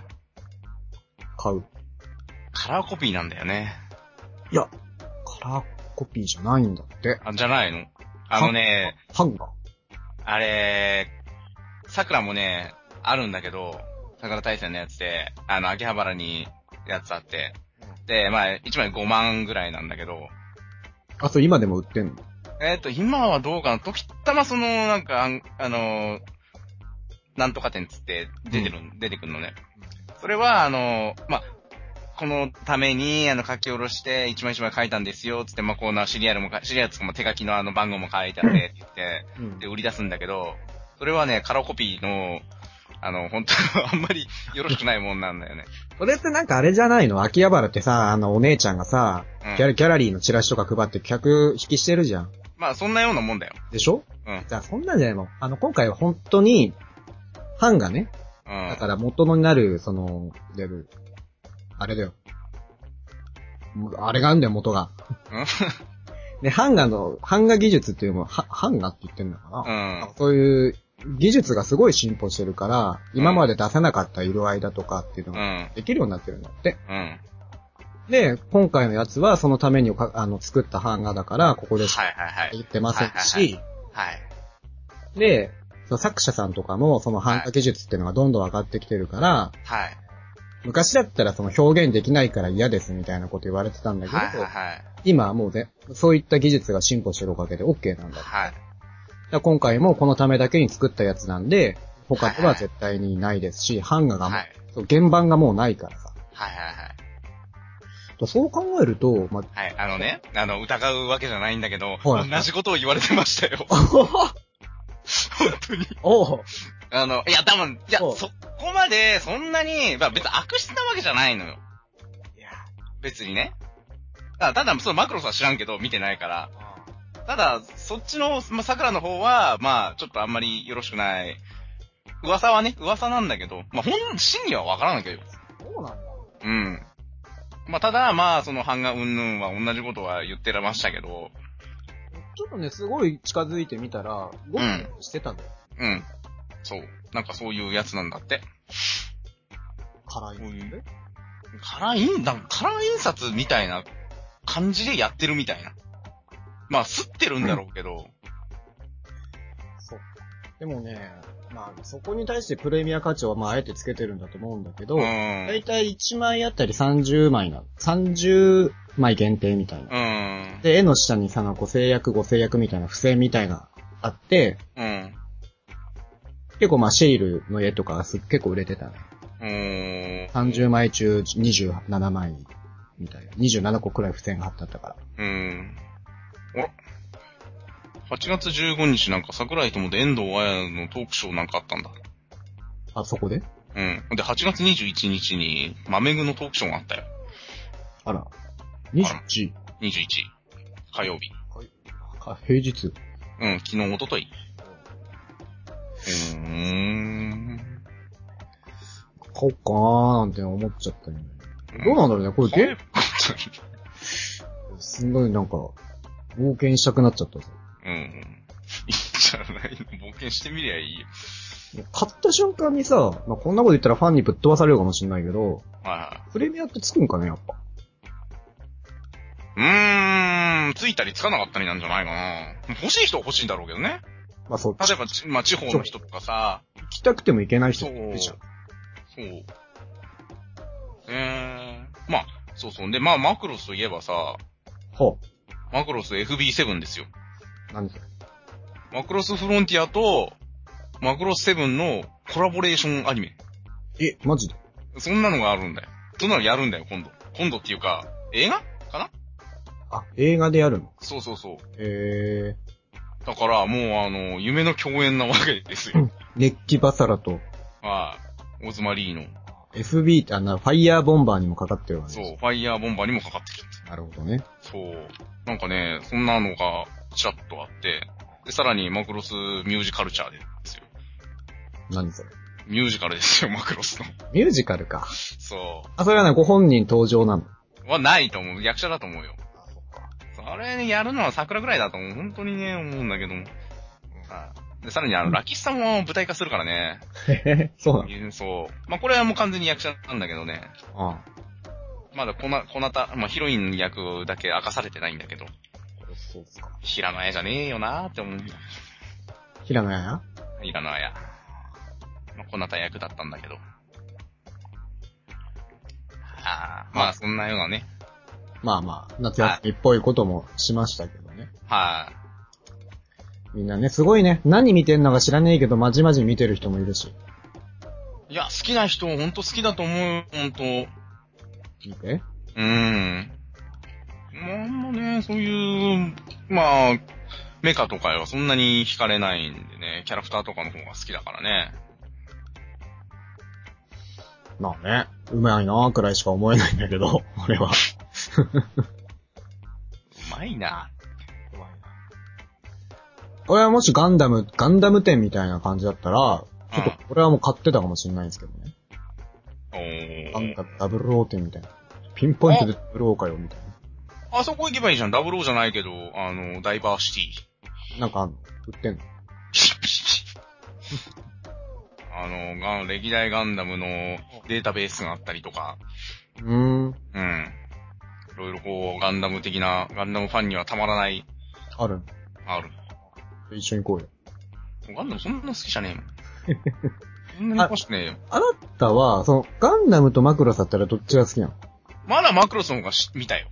Speaker 1: 買う。
Speaker 2: カラーコピーなんだよね。
Speaker 1: いや、カラーコピーじゃないんだって。
Speaker 2: あ、じゃないのあのね、
Speaker 1: 版画。
Speaker 2: あれ、桜もね、あるんだけど、桜大戦のやつで、あの、秋葉原にやつあって、で、まあ、1枚5万ぐらいなんだけど、
Speaker 1: あ、そう今でも売ってんの
Speaker 2: えっ、と、今はどうかな時たまその、なんか、あんあのーなんとか店つって出てる、出てくるのね。それは、あのーまあ、このために、あの、書き下ろして、一枚一枚書いたんですよ、つって、まあ、こうな、シリアルもか、シリアルつうかも手書きのあの番号も書いてあって、って言って、
Speaker 1: うん
Speaker 2: で、売り出すんだけど、それはね、カラーコピーの、あの、本当 あんまりよろしくないもんなんだよね。
Speaker 1: それってなんかあれじゃないの秋葉原ってさ、あのお姉ちゃんがさ、
Speaker 2: うん
Speaker 1: ギャラギャラリーのチラシとか配って客引きしてるじゃん。
Speaker 2: まあ、そんなようなもんだよ。
Speaker 1: でしょ
Speaker 2: うん。
Speaker 1: じゃあそんなんじゃないのあの今回は本当に、版がね、
Speaker 2: うん。
Speaker 1: だから元のになる、その、出る、あれだよ。もうあれがあんだよ、元が。
Speaker 2: うん
Speaker 1: で、版画の、版画技術っていうのも、は版画って言ってんのかな、
Speaker 2: うん。
Speaker 1: そういう技術がすごい進歩してるから、今まで出せなかった色合いだとかっていうの
Speaker 2: う
Speaker 1: が
Speaker 2: ん。
Speaker 1: できるようになってるんだって。
Speaker 2: うん。
Speaker 1: で、今回のやつはそのためにかあの作った版画だから、ここでしか
Speaker 2: はいはいはい。
Speaker 1: 言ってませんし、
Speaker 2: はいはい。
Speaker 1: で、その作者さんとかもその版画技術っていうのがどんどん上がってきてるから、
Speaker 2: はい。
Speaker 1: 昔だったらその表現できないから嫌ですみたいなこと言われてたんだけど、
Speaker 2: はいはいはい。
Speaker 1: 今はもうね、そういった技術が進歩してるおかげで OK なんだって。
Speaker 2: は
Speaker 1: だ
Speaker 2: い。
Speaker 1: から今回もこのためだけに作ったやつなんで、他では絶対にないですし、版画がもう、
Speaker 2: はい
Speaker 1: そう原版がもうないからさ。
Speaker 2: はいはい
Speaker 1: そう考えると、ま
Speaker 2: はい。はい。あのね、あの、疑うわけじゃないんだけど、
Speaker 1: はい
Speaker 2: 同じことを言われてました よ。
Speaker 1: あ、
Speaker 2: 本 当に。
Speaker 1: おう
Speaker 2: あの、いや、多分、いや、
Speaker 1: そう
Speaker 2: そこまで、そんなに、まあ別に悪質なわけじゃないのよ。
Speaker 1: いや、
Speaker 2: 別にね。ただ、ただそのマクロスは知らんけど、見てないから。ただ、そっちの、まあ、桜の方は、まあ、ちょっとあんまりよろしくない。噂はね、噂なんだけど、まあ、本、真にはわからないけど、
Speaker 1: そうなんだ。
Speaker 2: うん。まあ、ただ、まあ、その版画うんぬんは同じことは言ってらましたけど、
Speaker 1: ちょっとね、すごい近づいてみたら、ゴミしてたんだよ。
Speaker 2: うん。そう。なんかそういうやつなんだって。
Speaker 1: 辛い
Speaker 2: こうい
Speaker 1: の
Speaker 2: う。カラーイン、なんかカラー印刷みたいな感じでやってるみたいな。まあ、吸ってるんだろうけど、
Speaker 1: そう。でもね、まあ、そこに対してプレミア価値は、まあ、あえてつけてるんだと思うんだけど、
Speaker 2: うん。う
Speaker 1: だい
Speaker 2: ん。
Speaker 1: たい1枚あたり30枚な、30枚限定みたいな。で、絵の下にさ、なんかこう制約、ご制約みたいな、付箋みたいな、あって、
Speaker 2: うん。
Speaker 1: 結構まあ、シェイルの絵とかがす結構売れてたね。
Speaker 2: うん。
Speaker 1: 30枚中27枚みたいな。27個くらい付箋が貼ってあったから。
Speaker 2: うん。あら ?8 月15日なんか桜井ともで遠藤彩のトークショーなんかあったんだ。
Speaker 1: あ、そこで
Speaker 2: うん。で、8月21日に豆具のトークショーがあったよ。
Speaker 1: あら。21。
Speaker 2: 21。火曜日。
Speaker 1: あ、平日。
Speaker 2: うん、昨日、おととい。うーん。
Speaker 1: 買おうかなーなんて思っちゃったね。どうなんだろうね、これ
Speaker 2: 買
Speaker 1: ゲ
Speaker 2: え
Speaker 1: すんごいなんか、冒険したくなっちゃったぞ。
Speaker 2: うん。いいんじゃないの冒険してみりゃいいよ。
Speaker 1: 買った瞬間にさ、まあ、こんなこと言ったらファンにぶっ飛ばされるかもしんないけど、
Speaker 2: は
Speaker 1: プレミアってつくんかね、やっぱ。
Speaker 2: いはい。うーん、ついたりつかなかったりなんじゃないかな。欲しい人は欲しいんだろうけどね。
Speaker 1: まあ、そう、
Speaker 2: 例えば、ちまあ、地方の人とかさ、
Speaker 1: 聞きたくてもいけない人
Speaker 2: そう
Speaker 1: っているじゃん。。
Speaker 2: そう。えー、まあ、そうそう。で、まあ、マクロスといえばさ、
Speaker 1: は
Speaker 2: マクロス FB7 ですよ。
Speaker 1: あ、なんで
Speaker 2: マクロスフロンティアと、マクロス7のコラボレーションアニメ。
Speaker 1: え、マジで
Speaker 2: そんなのがあるんだよ。そんなのやるんだよ、今度。今度っていうか、映画かな
Speaker 1: あ、映画でやるの
Speaker 2: そうそうそう。
Speaker 1: えー、
Speaker 2: だから、もう、あの、夢の共演なわけです
Speaker 1: う
Speaker 2: よ
Speaker 1: ん。熱気バサラと、
Speaker 2: はい。オズマリーの。
Speaker 1: FB ってあんな、ファイヤーボンバーにもかかってるわね。
Speaker 2: そう、ファイヤーボンバーにもかかってる。
Speaker 1: なるほどね。
Speaker 2: そう。なんかね、そんなのが、ちらっとあって、で、さらに、マクロスミュージカルチャーですよ。
Speaker 1: 何それ。
Speaker 2: ミュージカルですよ、マクロスの。
Speaker 1: ミュージカルか。
Speaker 2: そ
Speaker 1: あ、それはね、ご本人登場なの。
Speaker 2: う。はないと思う。役者だと思うよ。
Speaker 1: あ、そっか。
Speaker 2: あれね、やるのは桜ぐらいだと思う。本当にね、思うんだけども。はいで、さらにあの、ラキスさんも舞台化するからね。
Speaker 1: へへへ、 そうなの
Speaker 2: そう。まあ、これはもう完全に役者なんだけどね。
Speaker 1: あ
Speaker 2: まだこな、こなた、まあ、ヒロイン役だけ明かされてないんだけど。
Speaker 1: あ、そうっすか。
Speaker 2: 平野屋じゃねえよなーって思う。
Speaker 1: 平野や
Speaker 2: 平野屋。まあ、こなた役だったんだけど。ああ、まあ、そんなようなね。
Speaker 1: まあまあ、夏休みっぽいこともしましたけどね。
Speaker 2: はい、
Speaker 1: みんなね、すごいね。何見てんのか知らねえけど、まじまじ見てる人もいるし。
Speaker 2: いや、好きな人、ほんと好きだと思うよ、ほんと。
Speaker 1: 見て。
Speaker 2: うーん。まあ、まあね、そういう、まあ、メカとかはそんなに惹かれないんでね、キャラクターとかの方が好きだからね。
Speaker 1: まあね、うまいなーくらいしか思えないんだけど、 俺は。
Speaker 2: うまいな。
Speaker 1: うまいな。俺はもしガンダム、ガンダム店みたいな感じだったら、ちょっと、これはもう買ってたかもしれないんですけどね。
Speaker 2: お
Speaker 1: ガン
Speaker 2: ー。
Speaker 1: ダムダブルロー店みたいな。ピンポイントでダブルローかよ、みたい
Speaker 2: あそこ行けばいいじゃん。ダブルオーじゃないけど、あの、ダイバーシティ。
Speaker 1: な。なんかあんの、売ってんの
Speaker 2: あの、ガン、歴代ガンダムのデータベースがあったりとか、
Speaker 1: うーん、
Speaker 2: うん。いろいろこう、ガンダム的な、ガンダムファンにはたまらない、
Speaker 1: ある
Speaker 2: ある。
Speaker 1: 一緒に行こうよ。
Speaker 2: ガンダムそんな好きじゃねえもん。そんなに詳しくねえよ。
Speaker 1: あなたは、その、ガンダムとマクロスだったらどっちが好きな
Speaker 2: まだマクロスの方がし見たよ。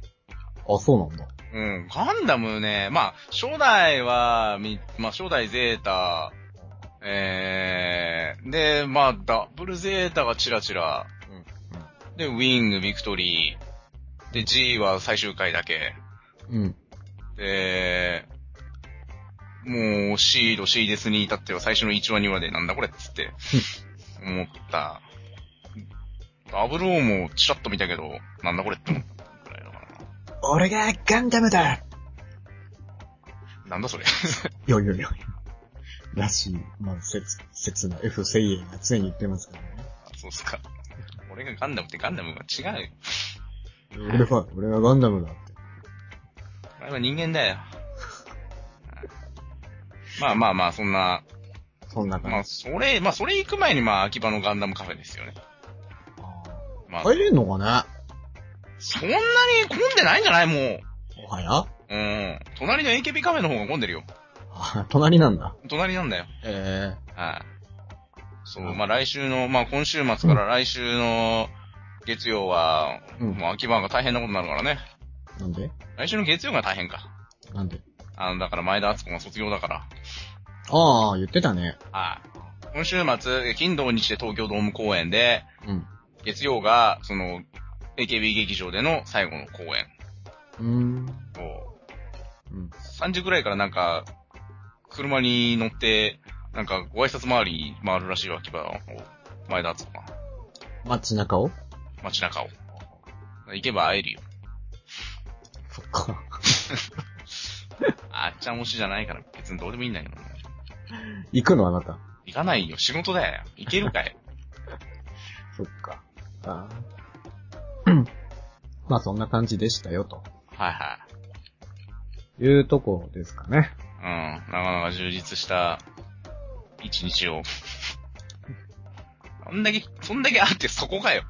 Speaker 1: のあ、そうなんだ。
Speaker 2: うん、ガンダムね、まあ、初代は、み、まあ、初代ゼータ、えー、で、まあ、ダブルゼータがチラチラ、で、ウィング、ビクトリー、で、G は最終回だけ、
Speaker 1: うん。
Speaker 2: で、もう、シード、シーデスに至っては最初の1話2話でなんだこれっつって、思った。ダブルオーもチラッと見たけど、なんだこれって思ったくらいだから
Speaker 1: 俺がガンダムだ
Speaker 2: な。なんだそれ。
Speaker 1: よいよいよい。らしい、まあ、説、説の F セイエが常に言ってますからね。
Speaker 2: あそうっすか。俺がガンダムってガンダムが違うよ。
Speaker 1: 俺は、俺がガンダムだって。
Speaker 2: お前は人間だよ。まあまあまあ、そんな、
Speaker 1: そんな
Speaker 2: ま
Speaker 1: 感
Speaker 2: あ、それ、まあ、それ行く前に、まあ、秋葉のガンダムカフェですよね。
Speaker 1: じ。
Speaker 2: まあ、
Speaker 1: 入れんのかね
Speaker 2: そんなに混んでないんじゃないもう。
Speaker 1: おはや
Speaker 2: うん。隣の AKB カフェの方が混んでるよ。
Speaker 1: あ隣なんだ。
Speaker 2: 隣なんだよ。
Speaker 1: え
Speaker 2: はい。そう、まあ、来週の、まあ、今週末から来週の月曜は、
Speaker 1: うん
Speaker 2: もう秋葉が大変なことになるからね。
Speaker 1: えなんで
Speaker 2: 来週の月曜が大変か。
Speaker 1: なんで
Speaker 2: あの、だから前田敦子が卒業だから。
Speaker 1: ああ、言ってたね。
Speaker 2: はい。今週末、え金土日で東京ドーム公演で、
Speaker 1: うん。
Speaker 2: 月曜が、その、AKB 劇場での最後の公演
Speaker 1: うーん。
Speaker 2: を、
Speaker 1: うん。
Speaker 2: 3時くらいからなんか、車に乗って、なんかご挨拶回りに回るらしいわ、秋葉を。前田敦子が。
Speaker 1: 街中を
Speaker 2: 街中を。行けば会えるよ。
Speaker 1: そっか。
Speaker 2: あっちゃん推しじゃないから、別にどうでもいいんだけどね。
Speaker 1: 行くのあなた。
Speaker 2: 行かないよ、仕事だよ。行けるかい
Speaker 1: そっか。ああ。 まあそんな感じでしたよ、と
Speaker 2: はいはい。
Speaker 1: いうとこですかね。
Speaker 2: うん、なかなか充実した一日を。 あんだけ、そんだけあってそこかよ。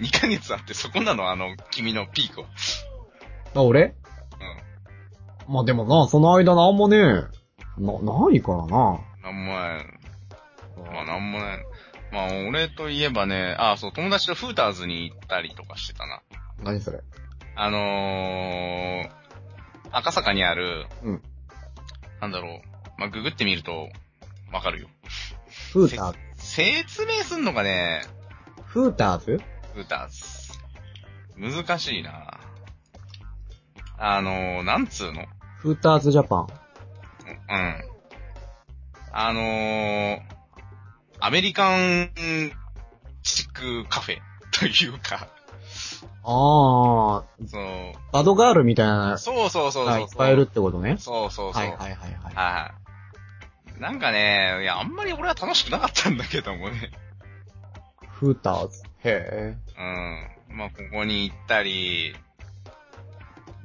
Speaker 2: 2ヶ月あってそこなの、あの、君のピークは。
Speaker 1: あ、俺まあでもな、その間なんもねえ。な、ないからな。
Speaker 2: うん。なんもない。まあなんもない。まあ俺といえばね、あそう、友達とフーターズに行ったりとかしてたな。
Speaker 1: 何それ
Speaker 2: あのー、赤坂にある、
Speaker 1: うん
Speaker 2: なんだろう。まあググってみると、わかるよ。
Speaker 1: フーターズ。
Speaker 2: 説明すんのがね、
Speaker 1: フーターズ
Speaker 2: フーターズ。難しいなあのー、なんつうの
Speaker 1: フーターズジャパン。
Speaker 2: うん。あのー、アメリカンチックカフェというか、
Speaker 1: あ
Speaker 2: その、
Speaker 1: あ、バドガールみたいな
Speaker 2: そうそうそう
Speaker 1: が
Speaker 2: そ
Speaker 1: いうっ。ぱいいるってことね。
Speaker 2: そうそう
Speaker 1: は
Speaker 2: そう。はいい
Speaker 1: はいはいはい。
Speaker 2: はい。なんかね、いや、あんまり俺は楽しくなかったんだけどもね。
Speaker 1: フーターズ。へえ。
Speaker 2: うん。まあ、ここに行ったり、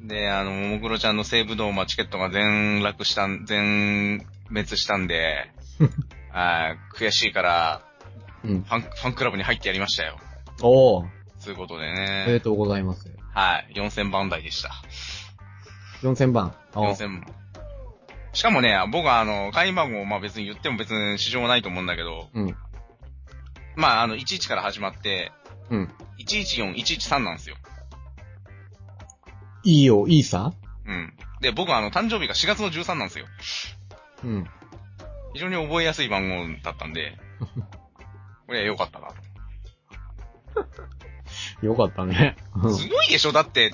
Speaker 2: で、あの、ももクロちゃんの西武ドームはチケットが全落したん、全滅した んで、あー悔しいから、
Speaker 1: うん。
Speaker 2: ファン、ファンクラブに入ってやりましたよ。
Speaker 1: おー。
Speaker 2: つうことで
Speaker 1: おめで
Speaker 2: ね。
Speaker 1: とうございます。
Speaker 2: はい。4000番台でした。
Speaker 1: 4000番。あー
Speaker 2: 4000番。しかもね、僕はあの、会員番号、まあ別に言っても別に市場はないと思うんだけど、
Speaker 1: うん。
Speaker 2: まああの、11から始まって、
Speaker 1: うん。
Speaker 2: 114、113なんですよ。
Speaker 1: いいよ、いいさ。
Speaker 2: うん。で、僕はあの、誕生日が4月の13なんですよ。
Speaker 1: うん。
Speaker 2: 非常に覚えやすい番号だったんで、これは良かったなと。
Speaker 1: よかったね。
Speaker 2: すごいでしょだって、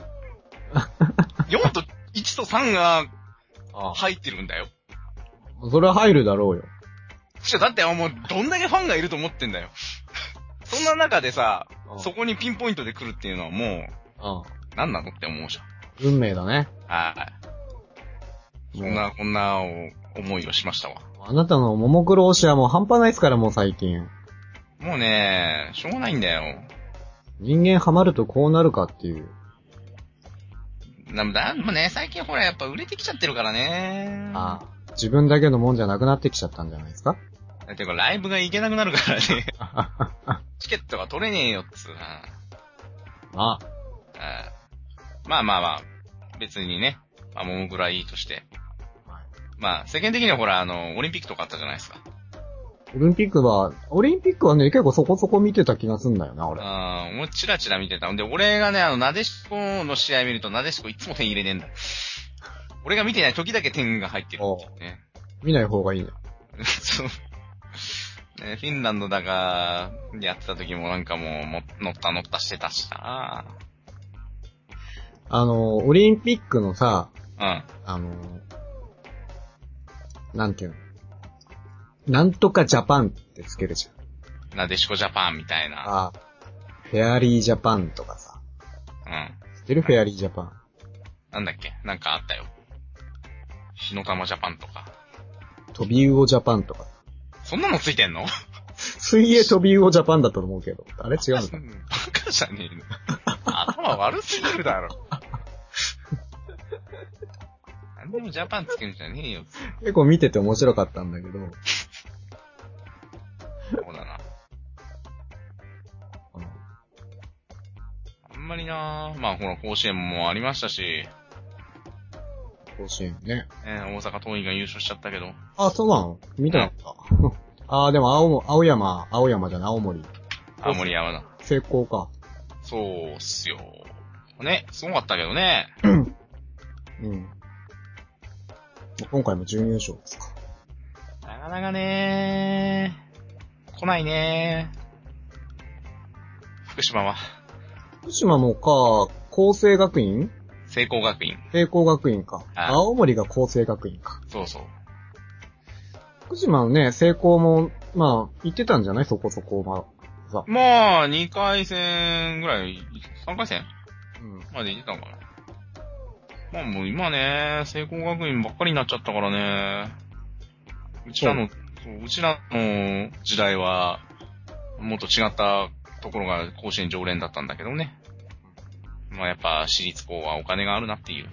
Speaker 2: 4と、1と3が
Speaker 1: あ
Speaker 2: 入ってるんだよ。
Speaker 1: それは入るだろうよ。
Speaker 2: ちょ、だってもう、どんだけファンがいると思ってんだよ。そんな中でさ、そこにピンポイントで来るっていうのはも
Speaker 1: あ
Speaker 2: う、なんなのって思うじゃん。
Speaker 1: 運命だね。
Speaker 2: はい。そん
Speaker 1: も
Speaker 2: な、こんな思いをしましたわ。
Speaker 1: うあなたのももクロ推しはもう半端ないですから、もう最近。
Speaker 2: もうね、しょうがないんだよ。
Speaker 1: 人間ハマるとこうなるかっていう。
Speaker 2: な、だ、もうね、最近ほら、やっぱ売れてきちゃってるからね。
Speaker 1: ああ。自分だけのもんじゃなくなってきちゃったんじゃないですか
Speaker 2: てか、ライブが行けなくなるからね。チケットが取れねえよっつうな。
Speaker 1: ああ。
Speaker 2: あーまあまあまあ、別にね、まあ、ももぐらいいとして。
Speaker 1: はい
Speaker 2: まあ、世間的にはほら、あの、オリンピックとかあったじゃないですか。
Speaker 1: オリンピックは、オリンピックはね、結構そこそこ見てた気がすんだよな、俺。
Speaker 2: あーもうチラチラ見てた。んで、俺がね、あの、なでしこの試合見ると、なでしこいつも点入れねえんだ。俺が見てない時だけ点が入ってるっていうね。
Speaker 1: 見ない方がいいね。
Speaker 2: そう。ね、フィンランドだが、やってた時もなんかもうも、乗った乗ったしてたしな。
Speaker 1: あの、オリンピックのさ、
Speaker 2: うん。
Speaker 1: あの、なんていうの。なんとかジャパンってつけるじゃん。
Speaker 2: なでしこジャパンみたいな。
Speaker 1: ああ。フェアリージャパンとかさ。
Speaker 2: うん。
Speaker 1: 知ってるフェアリージャパン。
Speaker 2: なんだっけなんかあったよ。火の玉ジャパンとか。
Speaker 1: 飛び魚ジャパンとか。
Speaker 2: そんなのついてんの
Speaker 1: 水泳飛び魚ジャパンだったと思うけど。あれ違うのか
Speaker 2: バカじゃねえの。頭悪すぎるだろ。なんでもジャパンつけるんじゃねえよ。
Speaker 1: 結構見てて面白かったんだけど。
Speaker 2: そうだな。あんまりなまあほら、甲子園もありましたし、
Speaker 1: 甲子園ね。
Speaker 2: えー大阪桐蔭が優勝しちゃったけど、
Speaker 1: あ、そうなの見てなかった。 あー、でも青も、青山、青山じゃない、青森。
Speaker 2: 青森山田。
Speaker 1: 成功か。
Speaker 2: そうっすよ。ね、すごかったけどね。
Speaker 1: うん。今回も準優勝ですか。
Speaker 2: なかなかね来ないね福島は、
Speaker 1: 福島もか、厚生学院
Speaker 2: 聖光学院。
Speaker 1: 栄光学院か。
Speaker 2: あ
Speaker 1: 青森が厚生学院か。
Speaker 2: そうそう。
Speaker 1: 福島のね、成功も、まあ、行ってたんじゃないそこそこ、まあ、さ。
Speaker 2: まあ、2回戦ぐらい、3回戦
Speaker 1: うん。
Speaker 2: まで行ってたのかな。まあもう今ね、聖光学院ばっかりになっちゃったからね。うちらの、そううちらの時代は、もっと違ったところが甲子園常連だったんだけどね。まあやっぱ私立校はお金があるなっていう。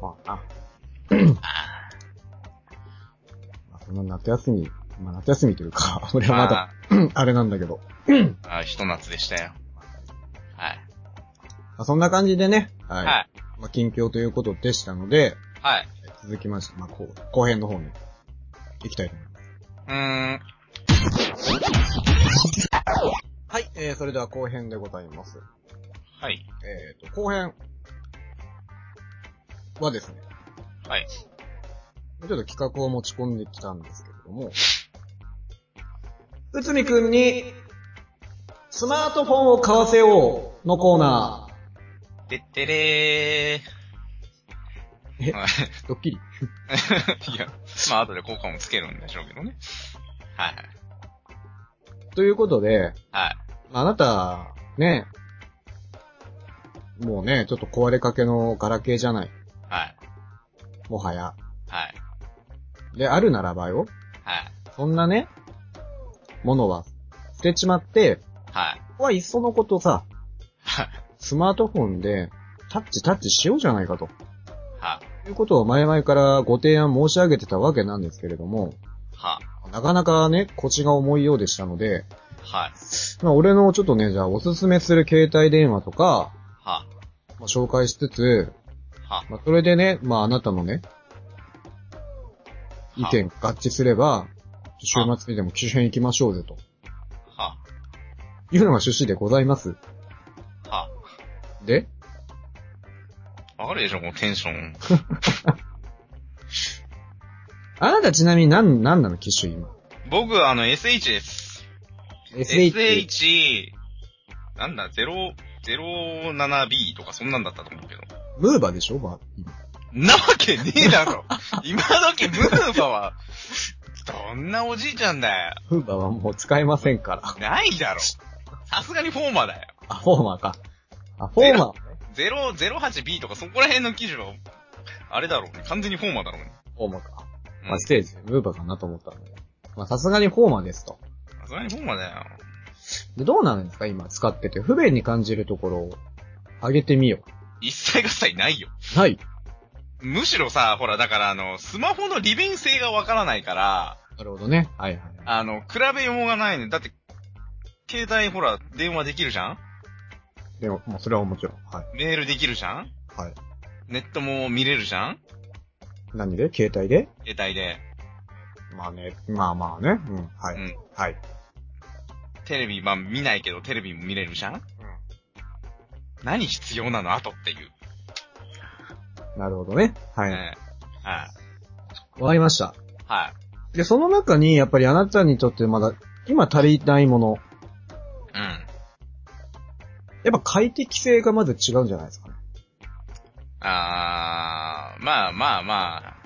Speaker 1: まあ、 あ。まあ、そんな夏休み、まあ夏休みというか、俺はまだ、あれなんだけど。
Speaker 2: ああ、ひと夏でしたよ。はい。
Speaker 1: まあそんな感じでね、はい。
Speaker 2: はい。
Speaker 1: まあ、近況ということでしたので、
Speaker 2: はい。
Speaker 1: 続きまして、まあ、こう後編の方に行きたいと思います。
Speaker 2: うーん。
Speaker 1: はい、えー、それでは後編でございます。
Speaker 2: はい。
Speaker 1: えーと、後編はですね、
Speaker 2: はい。
Speaker 1: ちょっと企画を持ち込んできたんですけれども、うつみくんに、スマートフォンを買わせようのコーナ
Speaker 2: てってれー。
Speaker 1: え
Speaker 2: はい
Speaker 1: ー、ドッキリ。
Speaker 2: いや、まあ後で効果もつけるんでしょうけどね。はい。
Speaker 1: ということで、
Speaker 2: はい。
Speaker 1: あなた、ね、もうね、ちょっと壊れかけのガラケーじゃない。
Speaker 2: はい。
Speaker 1: もはや。
Speaker 2: はい。
Speaker 1: で、あるならばよ。
Speaker 2: はい。
Speaker 1: そんなね、ものは捨てちまって、
Speaker 2: はい。
Speaker 1: ここはいっそのことさ、
Speaker 2: はい。
Speaker 1: スマートフォンでタッチタッチしようじゃないかと。
Speaker 2: は、
Speaker 1: いうことを前々からご提案申し上げてたわけなんですけれども、
Speaker 2: は、
Speaker 1: なかなかね、腰が重いようでしたので、
Speaker 2: はい。
Speaker 1: まあ俺のちょっとね、じゃあおすすめする携帯電話とか、
Speaker 2: は、
Speaker 1: まあ、紹介しつつ、
Speaker 2: は、
Speaker 1: まあ、それでね、まああなたのね、意見合致すれば、週末にでも機種編行きましょうぜと。
Speaker 2: は、
Speaker 1: いうのが趣旨でございます。
Speaker 2: は。
Speaker 1: で、
Speaker 2: わかるでしょ、このテンション。
Speaker 1: あなたちなみに何、何なの機種今。
Speaker 2: 僕はあの SH です。
Speaker 1: SH。
Speaker 2: SH、なんだ、0、07B とかそんなんだったと思うけど。
Speaker 1: ムーバーでしょまあ、今。
Speaker 2: なわけねえだろ今時ムーバは、どんなおじいちゃんだよ。
Speaker 1: ムーバーはもう使えませんから。
Speaker 2: ないだろ。さすがにフォーマーだよ。
Speaker 1: あ、フォーマーか。あ、フォーマー。
Speaker 2: 0、08B とかそこら辺の機種は、あれだろうね。完全にフォーマーだろうね。
Speaker 1: フォーマーか。
Speaker 2: うん
Speaker 1: まあ、ステージ、ムーバーかなと思ったんだけど。まあ、さすがにフォーマーですと。
Speaker 2: さすがにフォーマーだよ。
Speaker 1: で、どうなんですか今使ってて。不便に感じるところを、上げてみよ
Speaker 2: 一切合切ないよ。
Speaker 1: う。はい。
Speaker 2: むしろさ、ほら、だからあの、スマホの利便性がわからないから、
Speaker 1: なるほどね。はいはい。
Speaker 2: あの、比べようがないね。だって、携帯ほら、電話できるじゃん
Speaker 1: でも、もうそれはもちろん。はい。
Speaker 2: メールできるじゃん
Speaker 1: はい。
Speaker 2: ネットも見れるじゃん
Speaker 1: 何で携帯で
Speaker 2: 携帯で。
Speaker 1: まあね、まあまあね。うん。はい。
Speaker 2: うん
Speaker 1: はい。
Speaker 2: テレビ、まあ見ないけど、テレビも見れるじゃん何必要なの後っていう。
Speaker 1: なるほどね。はい。わ、
Speaker 2: ねはい。
Speaker 1: かりました。
Speaker 2: はい。
Speaker 1: で、その中に、やっぱりあなたにとってまだ、今足りないもの。
Speaker 2: うん。
Speaker 1: やっぱ快適性がまず違うんじゃないですかね。
Speaker 2: あー、まあまあま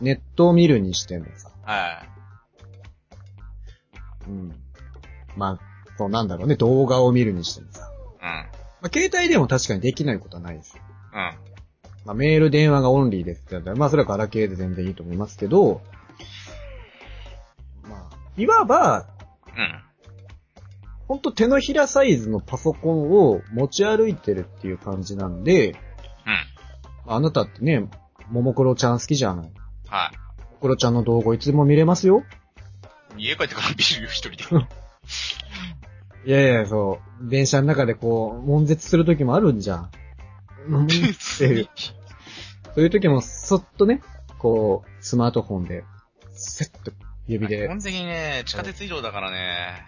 Speaker 1: ネットを見るにしてもさ。
Speaker 2: あ、はい。
Speaker 1: うん。まあ、そうなんだろうね。動画を見るにしてもさ。
Speaker 2: うん。
Speaker 1: まあ、携帯でも確かにできないことはないですよ。
Speaker 2: うん。
Speaker 1: まあ、メール、電話がオンリーですって言ったら、まあ、それはガラケーで全然いいと思いますけど、まあ、いわば、
Speaker 2: うん。
Speaker 1: ほんと手のひらサイズのパソコンを持ち歩いてるっていう感じなんで、
Speaker 2: うん。
Speaker 1: あなたってね、ももクロちゃん好きじゃない。
Speaker 2: はい。
Speaker 1: クロちゃんの動画いつでも見れますよ。
Speaker 2: 家帰ってからビールよ、一人で。
Speaker 1: いやいや、そう。電車の中でこう、悶絶する時もあるんじゃ ん。悶絶して る。そういう時も、そっとね、こう、スマートフォンで、セッと指で。い
Speaker 2: 基本的にね、地下鉄移動だからね。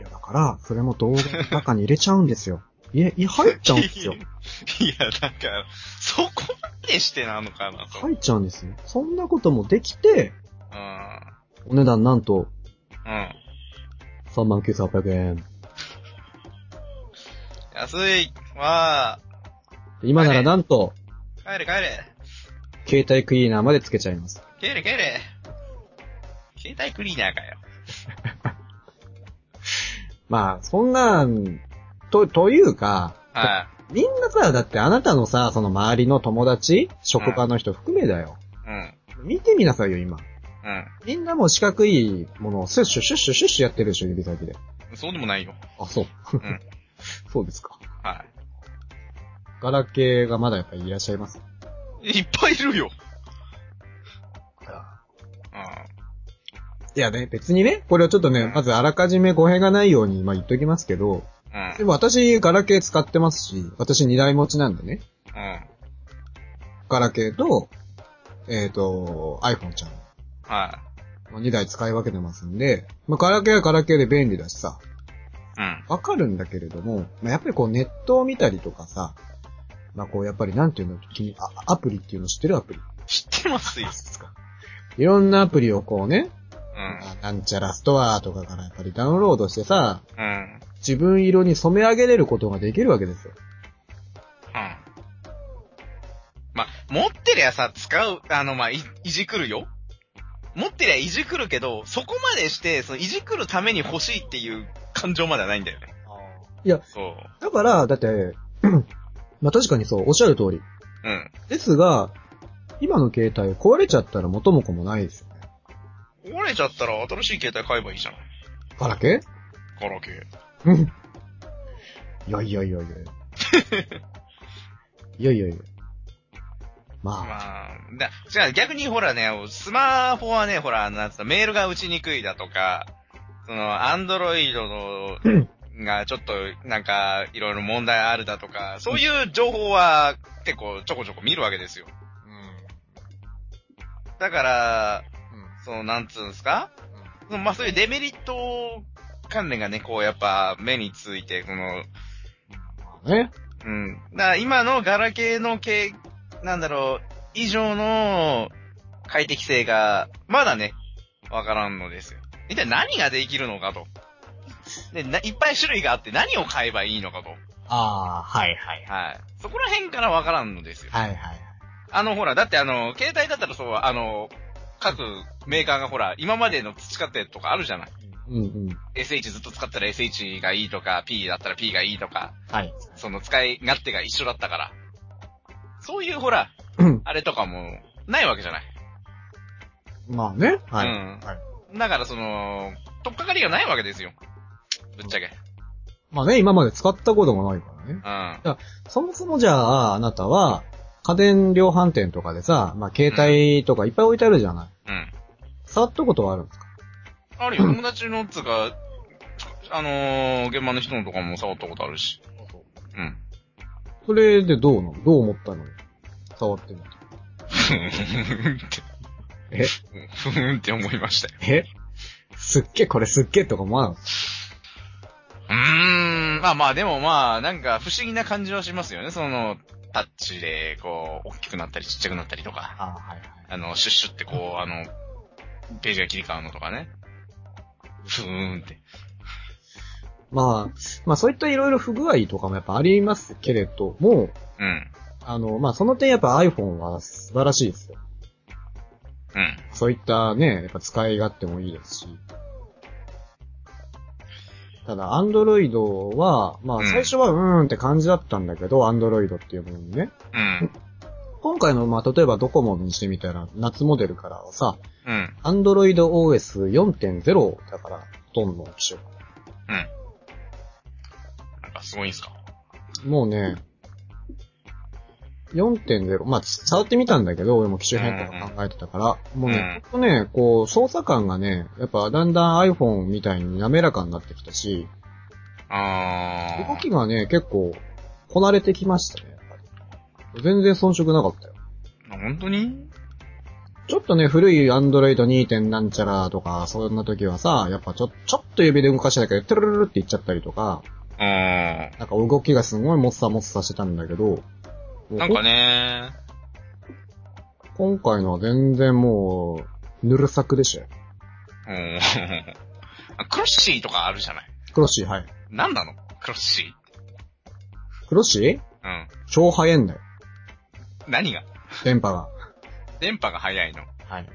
Speaker 1: や、だから、それも動画の中に入れちゃうんですよ。いや、いや入っちゃうんですよ。
Speaker 2: いや、なんか、そこまでしてなのかなと。
Speaker 1: 入っちゃうんですよ。そんなこともできて、
Speaker 2: う
Speaker 1: お値段なんと、
Speaker 2: ん。うん。
Speaker 1: 39,800円。
Speaker 2: 安い。わあ。
Speaker 1: 今ならなんと、
Speaker 2: 帰れ帰れ。
Speaker 1: 携帯クリーナーまでつけちゃいます。
Speaker 2: 帰れ帰れ。携帯クリーナーかよ。
Speaker 1: まあ、そんなん、と、というか、
Speaker 2: は
Speaker 1: みんなさ、だってあなたのさ、その周りの友達、職場の人含めだよ。
Speaker 2: い。うん。
Speaker 1: 見てみなさいよ、今。
Speaker 2: う
Speaker 1: みんなもう四角いものをスッシュシュッシュシュッシュやってるでしょ、指先で。
Speaker 2: ん。そうでもないよ。
Speaker 1: あ、そう。
Speaker 2: ん
Speaker 1: そうですか。
Speaker 2: は
Speaker 1: ガラケーがまだやっぱりいらっしゃいます。
Speaker 2: い。いっぱいいるよ。う
Speaker 1: いやね、別にね、これをちょっとね、まずあらかじめ語弊がないように、まあ言っときますけど、
Speaker 2: ん。うん。
Speaker 1: でも私、ガラケー使ってますし、私二台持ちなんでね、
Speaker 2: うん。
Speaker 1: ガラケーと、えっ、と、iPhone ちゃん。
Speaker 2: は
Speaker 1: 2台使い分けてますんで、まあ、ガラケーはガラケーで便利だしさ、
Speaker 2: い。うん。
Speaker 1: わかるんだけれども、まあ、やっぱりこうネットを見たりとかさ、まあ、こうやっぱりなんていうの、君、あアプリっていうの知ってるアプリ。
Speaker 2: 知ってますよ。
Speaker 1: すか。いろんなアプリをこうね、
Speaker 2: うん。
Speaker 1: まあなんちゃらストアとかからやっぱりダウンロードしてさ、
Speaker 2: うん。
Speaker 1: 自分色に染め上げれることができるわけですよ。
Speaker 2: うん。まあ、持ってりゃさ、使う、あの、まあ、い、いじくるよ。持ってりゃいじくるけど、そこまでして、そのいじくるために欲しいっていう感情まではないんだよね。
Speaker 1: いや、
Speaker 2: そう。
Speaker 1: だから、だって、 まあ、確かにそう、おっしゃる通り。
Speaker 2: うん。
Speaker 1: ですが、今の携帯壊れちゃったら元も子もないですよね。
Speaker 2: 壊れちゃったら新しい携帯買えばいいじゃん。
Speaker 1: ガラケー
Speaker 2: ガラケー。
Speaker 1: うん。いやいやいやいや。 いやいやいや。まあ、
Speaker 2: まあ、だ、じゃあ逆にほらね、スマホはね、ほら、なんつうの、メールが打ちにくいだとか、その、アンドロイドの、がちょっと、なんか、いろいろ問題あるだとか、そういう情報は結構ちょこちょこ見るわけですよ。だから、その、なんつうんですかそのまあそういうデメリット関連がね、こうやっぱ目について、この、
Speaker 1: まあね。
Speaker 2: うん。だから今のガラケーの系、なんだろう、以上の快適性が、まだね、わからんのですよ。一体何ができるのかと。で、ないっぱい種類があって何を買えばいいのかと。
Speaker 1: ああ、はいはい。
Speaker 2: はい。そこら辺からわからんのですよ。
Speaker 1: はいはい。
Speaker 2: あの、ほら、だってあの、携帯だったらそう、あの、各メーカーがほら、今までの培ってるとかあるじゃない。
Speaker 1: うんうん。
Speaker 2: SH ずっと使ったら SH がいいとか、P だったら P がいいとか。
Speaker 1: はい。
Speaker 2: その使い勝手が一緒だったから。そういうほら、あれとかも、ないわけじゃない。
Speaker 1: まあね。はい。
Speaker 2: うん
Speaker 1: はい、
Speaker 2: だからその、とっかかりがないわけですよ。ぶっちゃけ。
Speaker 1: まあね、今まで使ったこともないからね。
Speaker 2: う
Speaker 1: そもそもじゃあ、あなたは、家電量販店とかでさ、まあ携帯とかいっぱい置いてあるじゃない。
Speaker 2: ん。うん。
Speaker 1: 触ったことはあるんですか
Speaker 2: あるよ、友達のつうか、あのー、現場の人のとかも触ったことあるし。うん。
Speaker 1: それでどうなのどう思ったの触ってみて。
Speaker 2: ふーんって。
Speaker 1: え
Speaker 2: ふーんって思いましたよ。
Speaker 1: えすっげえ、これすっげえとか思わなかった
Speaker 2: うーん。まあまあ、でもまあ、なんか不思議な感じはしますよね。その、タッチで、こう、大きくなったりちっちゃくなったりとか。
Speaker 1: ああ、はいはい。
Speaker 2: あの、シュッシュってこう、あの、ページが切り替わるのとかね。ふーんって。
Speaker 1: まあ、まあそういったいろいろ不具合とかもやっぱありますけれども、
Speaker 2: うん。
Speaker 1: あの、まあその点やっぱ iPhone は素晴らしいですよ。
Speaker 2: うん。
Speaker 1: そういったね、やっぱ使い勝手もいいですし。ただ、Android は、まあ
Speaker 2: うん
Speaker 1: 最初はうーんって感じだったんだけど、Android っていうものにね。
Speaker 2: うん。
Speaker 1: 今回の、まあ例えばドコモにしてみたら、夏モデルからはさ、
Speaker 2: うん。
Speaker 1: Android OS 4.0だから、どんどん機種が
Speaker 2: うん。なんかすごいんすか
Speaker 1: もうね、 4.0、まあ、つ触ってみたんだけど、俺も機種変化を考えてたから、もうね、ほんとね、こう、操作感がね、やっぱだんだん iPhone みたいに滑らかになってきたし、
Speaker 2: あー。
Speaker 1: 動きがね、結構、こなれてきましたね、やっぱり全然遜色なかったよ。
Speaker 2: 本当に
Speaker 1: ちょっとね、古い Android 2. 点なんちゃらとか、そんな時はさ、やっぱちょ、ちょっと指で動かしただけで、トゥルルルっていっちゃったりとか、
Speaker 2: あ
Speaker 1: なんか動きがすごいもっさもっさしてたんだけど、
Speaker 2: ー。なんかね、
Speaker 1: 今回のは全然もう、ぬるさくでしたよ。
Speaker 2: うん。 あクロッシーとかあるじゃない。
Speaker 1: クロッシー、はい。
Speaker 2: なんなのクロッシー。
Speaker 1: クロッシー
Speaker 2: うん。
Speaker 1: 超早いんだよ。
Speaker 2: 何が
Speaker 1: 電波が。
Speaker 2: 電波が速いの。
Speaker 1: はい。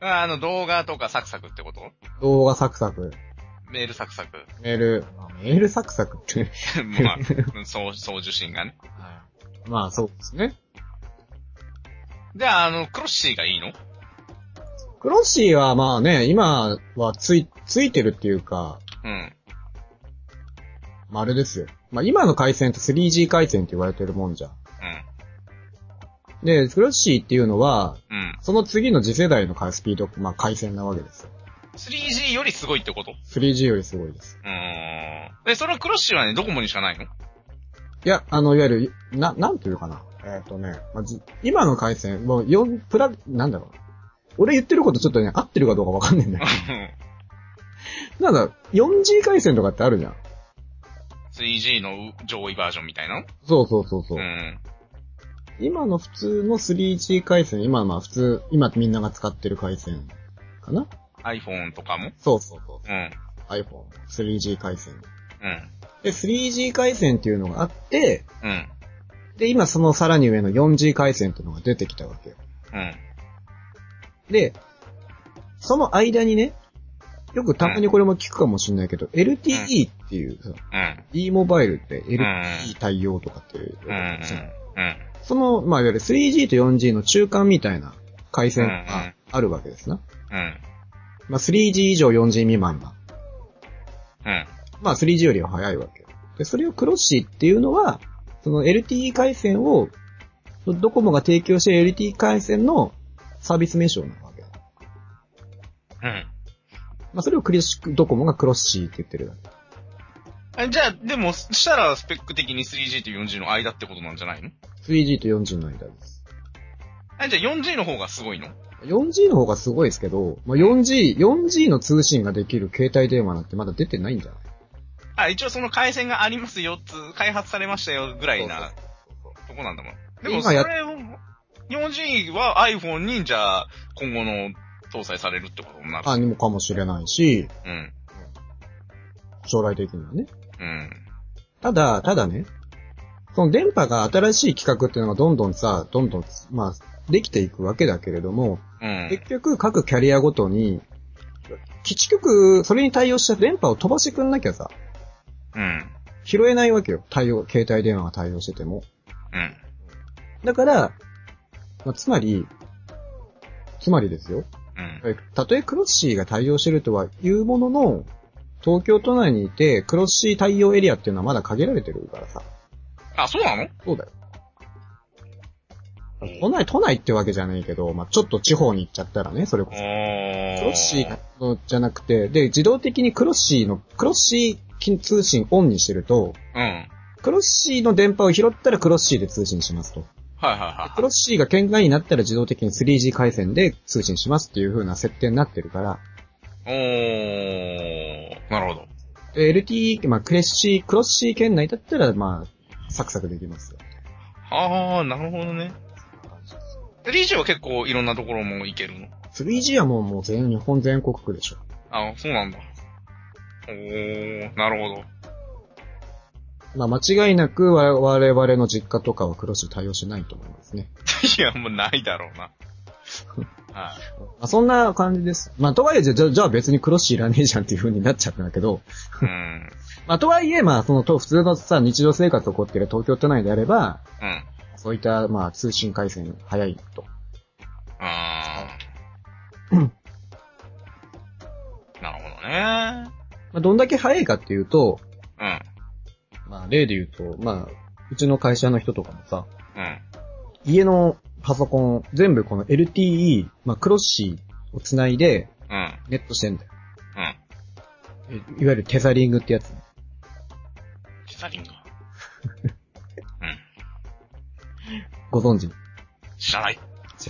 Speaker 2: ああの、動画とかサクサクってこと
Speaker 1: 動画サクサク、
Speaker 2: メールサクサク。
Speaker 1: メール、まあメールサクサクって。
Speaker 2: まあ、送送受信がね。
Speaker 1: まあそうですね。
Speaker 2: で、あの、クロッシーがいいの
Speaker 1: クロッシーはまあね、今はつい、ついてるっていうか、
Speaker 2: うん。
Speaker 1: まああれですよ。まあ今の回線って 3G 回線って言われてるもんじゃん。で、クロッシーっていうのは、
Speaker 2: うん。うん。
Speaker 1: その次の次世代の回スピード、まあ回線なわけですよ。
Speaker 2: 3G よりすごいってことう
Speaker 1: 3G よりすごいです。
Speaker 2: ーん。で、そのクロッシーはね、ドコモにしかないの
Speaker 1: いや、あの、いわゆる、な、なんていうかな。えっ、とね、まあじ今の回線、もう4、プラ、なんだろう。俺言ってることちょっとね、合ってるかどうかわかんないんだけど。なんだ、4G 回線とかってあるじゃん。
Speaker 2: 3G の上位バージョンみたいなの
Speaker 1: そうそうそうそうう。
Speaker 2: ん。
Speaker 1: 今の普通の 3G 回線、今まあ普通、今みんなが使ってる回線かな
Speaker 2: iPhone とかも
Speaker 1: そうそうそ
Speaker 2: うん。
Speaker 1: う。iPhone、3G 回線。
Speaker 2: うん。
Speaker 1: で、3G 回線っていうのがあって、
Speaker 2: うん。
Speaker 1: で、今そのさらに上の 4G 回線っていうのが出てきたわけよ。
Speaker 2: うん。
Speaker 1: で、その間にね、よくたまにこれも聞くかもしれないけど、LTE っていうさ、
Speaker 2: うん。
Speaker 1: E モバイルって
Speaker 2: うん
Speaker 1: LTE 対応とかっていう、
Speaker 2: うん。うん。
Speaker 1: その、まあ、いわゆる 3G と 4G の中間みたいな回線があるわけですな。
Speaker 2: うん。
Speaker 1: まあ、3G 以上 4G 未満が。
Speaker 2: うん。
Speaker 1: まあ、3G よりは早いわけよ。で、それをクロッシーっていうのは、その LTE 回線を、ドコモが提供している LTE 回線のサービス名称なわけ。
Speaker 2: うん。
Speaker 1: まあ、それをクリシドコモがクロッシーって言ってるだけ。
Speaker 2: えじゃあ、でも、そしたら、スペック的に 3G と 4G の間ってことなんじゃないの
Speaker 1: 3G と 4G の間です。
Speaker 2: えじゃあ 4G の方がすごいの
Speaker 1: 4G の方がすごいですけど、まあ、4G、4G の通信ができる携帯電話なんてまだ出てないんじゃない
Speaker 2: あ、一応その回線がありますよ、つ、開発されましたよ、ぐらいな、とこなんだもん。でも、
Speaker 1: 今
Speaker 2: そ
Speaker 1: や
Speaker 2: れを、4G は iPhone に、じゃあ、今後の搭載されるってことになる。
Speaker 1: あ、にもかもしれないし、
Speaker 2: うん。
Speaker 1: 将来的にはね。
Speaker 2: うん。
Speaker 1: ただ、ただね、その電波が新しい企画っていうのがどんどんさ、どんどん、まあ、できていくわけだけれども、
Speaker 2: うん。
Speaker 1: 結局各キャリアごとに、基地局、それに対応した電波を飛ばしてくんなきゃさ、
Speaker 2: うん。
Speaker 1: 拾えないわけよ。対応、携帯電話が対応してても。
Speaker 2: うん。
Speaker 1: だから、まあ、つまり、つまりですよ。
Speaker 2: うん。
Speaker 1: たとえクロッシーが対応してるとは言うものの、東京都内にいて、クロッシー対応エリアっていうのはまだ限られてるからさ。
Speaker 2: あ、そうなの
Speaker 1: そうだよ。都内、都内ってわけじゃないけど、まあ、ちょっと地方に行っちゃったらね、それこそ。
Speaker 2: お
Speaker 1: クロッシーのじゃなくて、で、自動的にクロッシーの、クロッシー通信オンにしてると、
Speaker 2: うん。はい
Speaker 1: クロッシーの電波を拾ったらクロッシーで通信しますと。
Speaker 2: はいは
Speaker 1: クロッシーが県外になったら自動的に 3G 回線で通信しますっていう風な設定になってるから、
Speaker 2: いはい。おー。なるほど。
Speaker 1: で LTE、まあ、クレッシー、クロッシー圏内だったら、まあ、サクサクできますよ。
Speaker 2: あー、なるほどね。3G は結構いろんなところも行けるの
Speaker 1: 3G はもう、もう全、日本全国区でしょ。
Speaker 2: あ、そうなんだ。おー、なるほど。
Speaker 1: まあ、間違いなく、わ我々の実家とかはクロッシー対応しないと思いますね。
Speaker 2: いや、もうないだろうな。はい。
Speaker 1: まあ、そんな感じです。まあ、とはいえ、じゃ、じゃじゃあ別にクロッシーいらねえじゃんっていう風になっちゃったんだけど、
Speaker 2: うん。
Speaker 1: まあ、とはいえ、まあ、その、と普通のさ、日常生活を起こっている東京都内であれば、
Speaker 2: うん。
Speaker 1: そういった、まあ、通信回線早いと。
Speaker 2: あー。なるほどね。
Speaker 1: まあ、どんだけ早いかっていうと、
Speaker 2: うん。
Speaker 1: まあ、例で言うと、まあ、うちの会社の人とかもさ、
Speaker 2: うん。
Speaker 1: 家のパソコン、全部この LTE、まあ、クロッシーを繋いで、
Speaker 2: うん。
Speaker 1: ネットしてんだよ。
Speaker 2: うん。
Speaker 1: えいわゆるテザリングってやつ。
Speaker 2: テザリング。
Speaker 1: ご存知
Speaker 2: 知らない。
Speaker 1: 違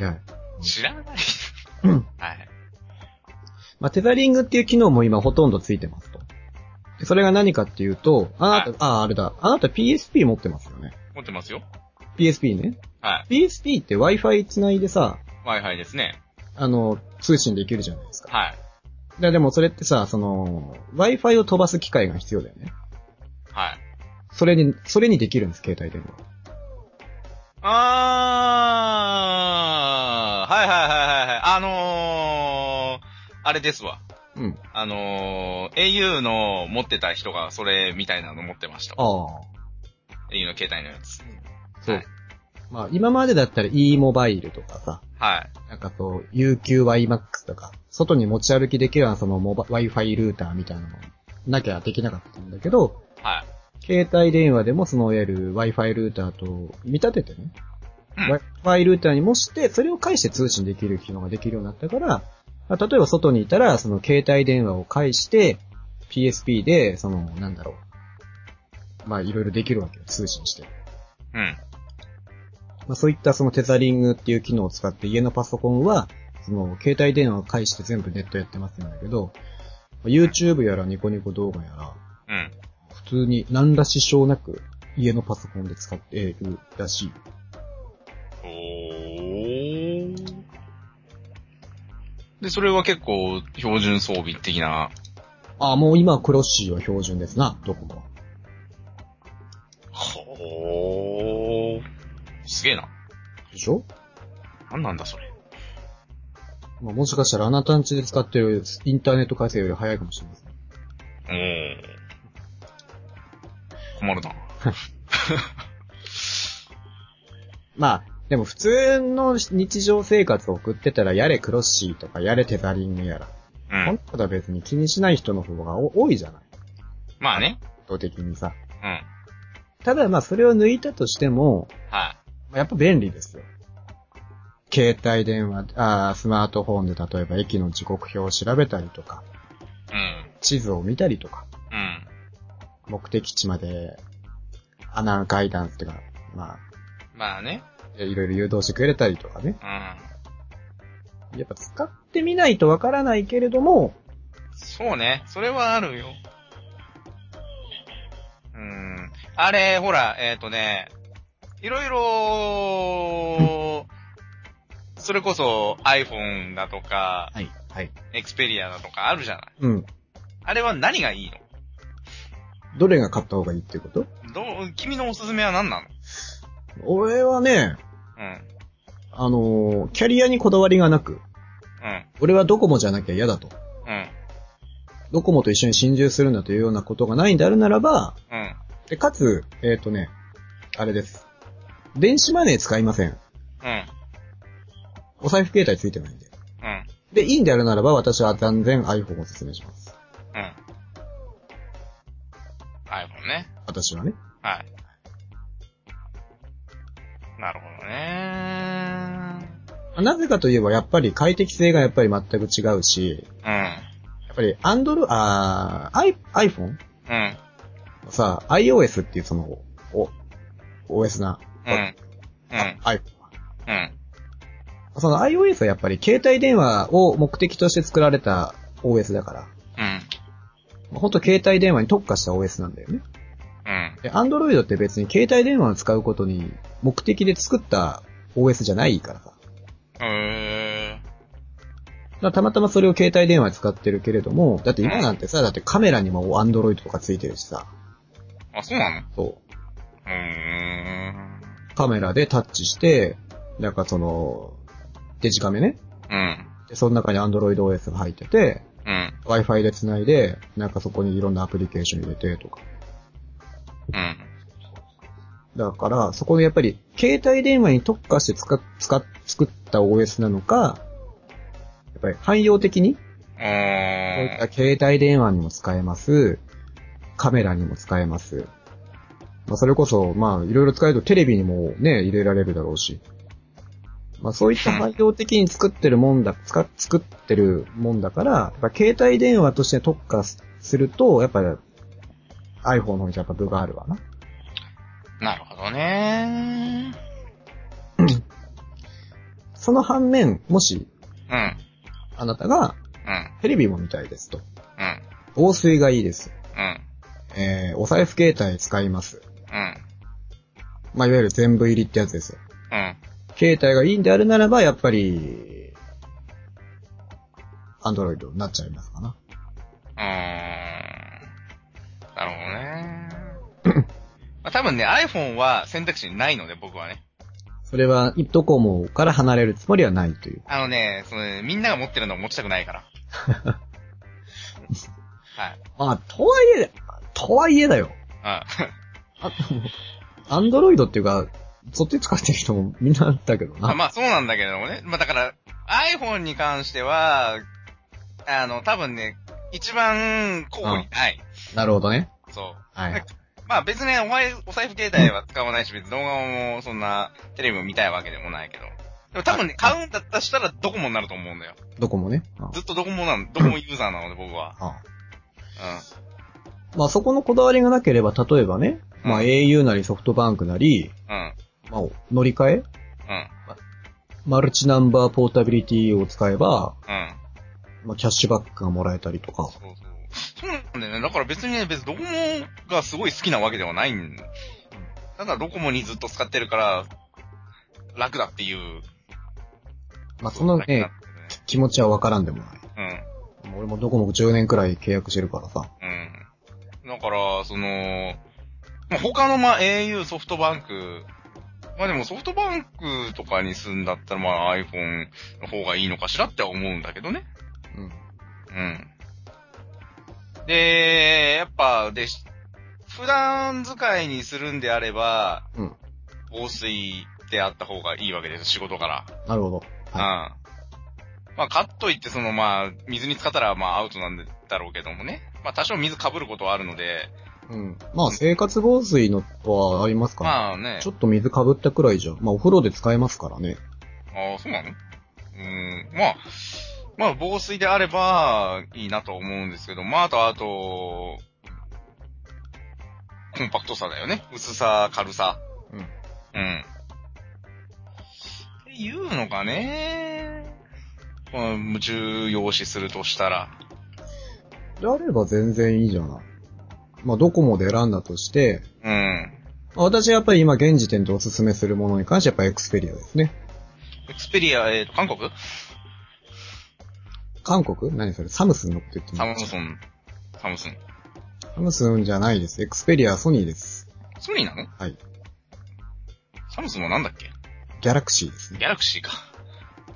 Speaker 1: う。
Speaker 2: 知らない。
Speaker 1: うん
Speaker 2: はい。
Speaker 1: まあ、テザリングっていう機能も今ほとんどついてますと。でそれが何かっていうと、あなた、あ、あれだ。あなた PSP 持ってますよね。
Speaker 2: 持ってますよ。
Speaker 1: PSP ね。
Speaker 2: は
Speaker 1: PSP って Wi-Fi 繋いでさ、
Speaker 2: い。Wi-Fi ですね。
Speaker 1: あの、通信できるじゃないですか。
Speaker 2: はい。
Speaker 1: ででもそれってさ、その、Wi-Fi を飛ばす機械が必要だよね。
Speaker 2: はい。
Speaker 1: それに、それにできるんです、携帯電話。
Speaker 2: あー、はいはいはいはいはい。あのー、あれですわ。
Speaker 1: うん。
Speaker 2: あのー、au の持ってた人がそれみたいなの持ってました。
Speaker 1: ああ。
Speaker 2: au の携帯のやつ。
Speaker 1: そう。
Speaker 2: はい
Speaker 1: まあ、今までだったら e モバイルとかさ、
Speaker 2: はい。
Speaker 1: なんかそう UQYMAX とか、外に持ち歩きできるようなそのモバ Wi-Fi ルーターみたいなのもなきゃできなかったんだけど、
Speaker 2: はい。
Speaker 1: 携帯電話でもそのいわゆる Wi-Fi ルーターと見立ててね、Wi-Fi ルーターに模して、それを介して通信できる機能ができるようになったから、まあ例えば外にいたら、その携帯電話を介して、PSP で、その、なんだろう。まあ、いろいろできるわけよ、通信して。
Speaker 2: うん。
Speaker 1: まあ、そういったそのテザリングっていう機能を使って家のパソコンは、その携帯電話を介して全部ネットやってますんだけど、まあ YouTube やらニコニコ動画やら、
Speaker 2: うん。
Speaker 1: 普通に何ら支障なく家のパソコンで使っているらしい。
Speaker 2: おー。で、それは結構標準装備的な。
Speaker 1: ああ、もう今クロッシーは標準ですな、どこも。
Speaker 2: ほー。すげえな。
Speaker 1: でしょ
Speaker 2: なんなんだそれ。
Speaker 1: まあ、もしかしたらあなたんちで使ってるインターネット回線より早いかもしれません。
Speaker 2: おー。困るな。
Speaker 1: まあ、でも普通の日常生活を送ってたら、やれクロッシーとか、やれテザリングやら、
Speaker 2: うん。
Speaker 1: 本当は別に気にしない人の方が多いじゃない
Speaker 2: まあね。
Speaker 1: 圧倒的にさ。
Speaker 2: うん。はい。
Speaker 1: ただまあ、それを抜いたとしても、やっぱ便利ですよ。携帯電話、あースマートフォンで例えば駅の時刻表を調べたりとか、
Speaker 2: うん。
Speaker 1: 地図を見たりとか、
Speaker 2: うん。
Speaker 1: 目的地まで、アナガイダンスとか、まあ、
Speaker 2: まあね。
Speaker 1: いろいろ誘導してくれたりとかね。
Speaker 2: うん。
Speaker 1: やっぱ使ってみないとわからないけれども、
Speaker 2: そうね。それはあるよ。うーん。あれ、ほら、えっ、とね、いろいろ、それこそ iPhone だとか、
Speaker 1: はい、はい。
Speaker 2: Xperia だとかあるじゃない。
Speaker 1: うん。
Speaker 2: あれは何がいいの
Speaker 1: どれが買った方がいいっていうこと
Speaker 2: どう、君のおすすめは何なの
Speaker 1: 俺はね、
Speaker 2: うん。
Speaker 1: あのーキャリアにこだわりがなく、
Speaker 2: うん。
Speaker 1: 俺はドコモじゃなきゃ嫌だと。
Speaker 2: うん。
Speaker 1: ドコモと一緒に心中するんだというようなことがないんであるならば、
Speaker 2: うん。
Speaker 1: で、かつ、えっ、とね、あれです。電子マネー使いません。
Speaker 2: うん。
Speaker 1: お財布携帯ついてないんで。
Speaker 2: うん。
Speaker 1: で、いいんであるならば、私は断然 iPhone をお勧めします。
Speaker 2: うん。iPhone ね。
Speaker 1: 私はね。
Speaker 2: はい。なるほどね
Speaker 1: なぜかといえば、やっぱり快適性がやっぱり全く違うし、やっぱり Android、あー、I- iPhone?
Speaker 2: うん。うん。
Speaker 1: さ、iOS っていうその、お、OS な、
Speaker 2: うん。うん。
Speaker 1: iPhone。
Speaker 2: うん。
Speaker 1: その iOS はやっぱり携帯電話を目的として作られた OS だから、
Speaker 2: うん。
Speaker 1: まあほんと携帯電話に特化した OS なんだよね。
Speaker 2: うん。
Speaker 1: で、Android って別に携帯電話を使うことに目的で作った OS じゃないからさ。
Speaker 2: え
Speaker 1: だからたまたまそれを携帯電話に使ってるけれども、だって今なんてさ、だってカメラにも Android とかついてるしさ、
Speaker 2: ー。あ、そうなの
Speaker 1: そう。
Speaker 2: うーん。
Speaker 1: カメラでタッチして、なんかその、デジカメね。
Speaker 2: うん。
Speaker 1: で、その中に Android OS が入ってて、
Speaker 2: うん。
Speaker 1: Wi-Fi で繋いで、なんかそこにいろんなアプリケーション入れてとか。
Speaker 2: うん。
Speaker 1: だから、そこでやっぱり、携帯電話に特化して使っ、使っ、作った OS なのか、やっぱり汎用的に、
Speaker 2: お
Speaker 1: こういっ
Speaker 2: ー
Speaker 1: た携帯電話にも使えます、カメラにも使えます。まあ、それこそ、まあ、いろいろ使えるとテレビにもね、入れられるだろうし、まあそういった汎用的に作ってるもんだ、つか作ってるもんだから、やっぱ携帯電話として特化すすると、やっぱ iPhone の方にやっぱ部があるわな。
Speaker 2: なるほどね
Speaker 1: その反面、もし
Speaker 2: うん。うん。
Speaker 1: あなたが
Speaker 2: うん。
Speaker 1: テレビも見たいですと。
Speaker 2: うん。
Speaker 1: 防水がいいです。
Speaker 2: うん。
Speaker 1: えー、お財布携帯使います。
Speaker 2: うん。
Speaker 1: まあいわゆる全部入りってやつですよ。
Speaker 2: うん。
Speaker 1: 携帯がいいんであるならば、やっぱり、アンドロイドになっちゃいますかな。
Speaker 2: うーんなるほどね。まあ、多分ね、iPhone は選択肢にないので、僕はね。
Speaker 1: それは、ドコモから離れるつもりはないという。
Speaker 2: あのね、そのねみんなが持ってるのを持ちたくないから。はい。
Speaker 1: まあ、とはいえ、とはいえだよ。あアンドロイドっていうか、そっち使ってる人もみんなだけど
Speaker 2: うん、
Speaker 1: な。
Speaker 2: まあ、そうなんだけれどもね。まあ、だから、iPhone に関しては、あの、多分ね、一番候補にない。
Speaker 1: なるほどね。
Speaker 2: そう。
Speaker 1: はい。
Speaker 2: まあ別にねお前、お財布携帯は使わないし、別に動画もそんなテレビも見たいわけでもないけど。でも多分ね、買うんだったらしたらドコモになると思うんだよ。
Speaker 1: ドコモね。あ
Speaker 2: ずっとドコモなの、ドコモユーザーなので僕は。
Speaker 1: あ
Speaker 2: う
Speaker 1: まあ、そこのこだわりがなければ、例えばね、まあ、
Speaker 2: うん
Speaker 1: au なりソフトバンクなり、
Speaker 2: ん。うん。
Speaker 1: まあ、乗り換え
Speaker 2: うん。
Speaker 1: マルチナンバーポータビリティを使えば、
Speaker 2: うん。
Speaker 1: まあ、キャッシュバックがもらえたりとか。
Speaker 2: そうそう。そうなんだよね。だから別にね、別にドコモがすごい好きなわけではないんただドコモにずっと使ってるから、楽だっていう。
Speaker 1: まあ、そのね、気持ちはわからんでもない。
Speaker 2: うん。
Speaker 1: 俺もドコモ10年くらい契約してるからさ。
Speaker 2: うん。だから、その、まあ、他の、まあ、au、ソフトバンク、まあでもソフトバンクとかに住んだったら、まあ iPhone の方がいいのかしらって思うんだけどね。
Speaker 1: うん。
Speaker 2: うん。で、やっぱ、で、し普段使いにするんであれば、
Speaker 1: うん
Speaker 2: 防水であった方がいいわけです、仕事から。
Speaker 1: なるほど。は
Speaker 2: うん。まあ、買っといて、その、まあ、水に使ったら、まあ、アウトなんだろうけどもね。まあ、多少水被ることはあるので、
Speaker 1: い。うん。まあ、生活防水のとはありますから、
Speaker 2: まあね。
Speaker 1: ちょっと水かぶったくらいじゃ、まあ、お風呂で使えますからね。
Speaker 2: ああ、そうなのうーん。まあ、まあ、防水であれば、いいなと思うんですけど、まあ、あと、あと、コンパクトさだよね。薄さ、軽さ。
Speaker 1: うん
Speaker 2: うん。っていうのがね、まあ、重要視するとしたら。
Speaker 1: であれば全然いいじゃない。まあ、ドコモで選んだとして、
Speaker 2: うん。
Speaker 1: まあ私はやっぱり今現時点でおすすめするものに関してはやっぱエクスペリアですね。
Speaker 2: エクスペリア、えっ、と、韓国
Speaker 1: 韓国何それサムスンのこと言って
Speaker 2: サ
Speaker 1: ま
Speaker 2: ム
Speaker 1: す
Speaker 2: ソン。サムソン。
Speaker 1: サムスンじゃないです。エクスペリアソニーです。
Speaker 2: ソニーなの
Speaker 1: はい。
Speaker 2: サムソンはなんだっけ
Speaker 1: ギャラクシーですね
Speaker 2: ギ。ャラクシーか。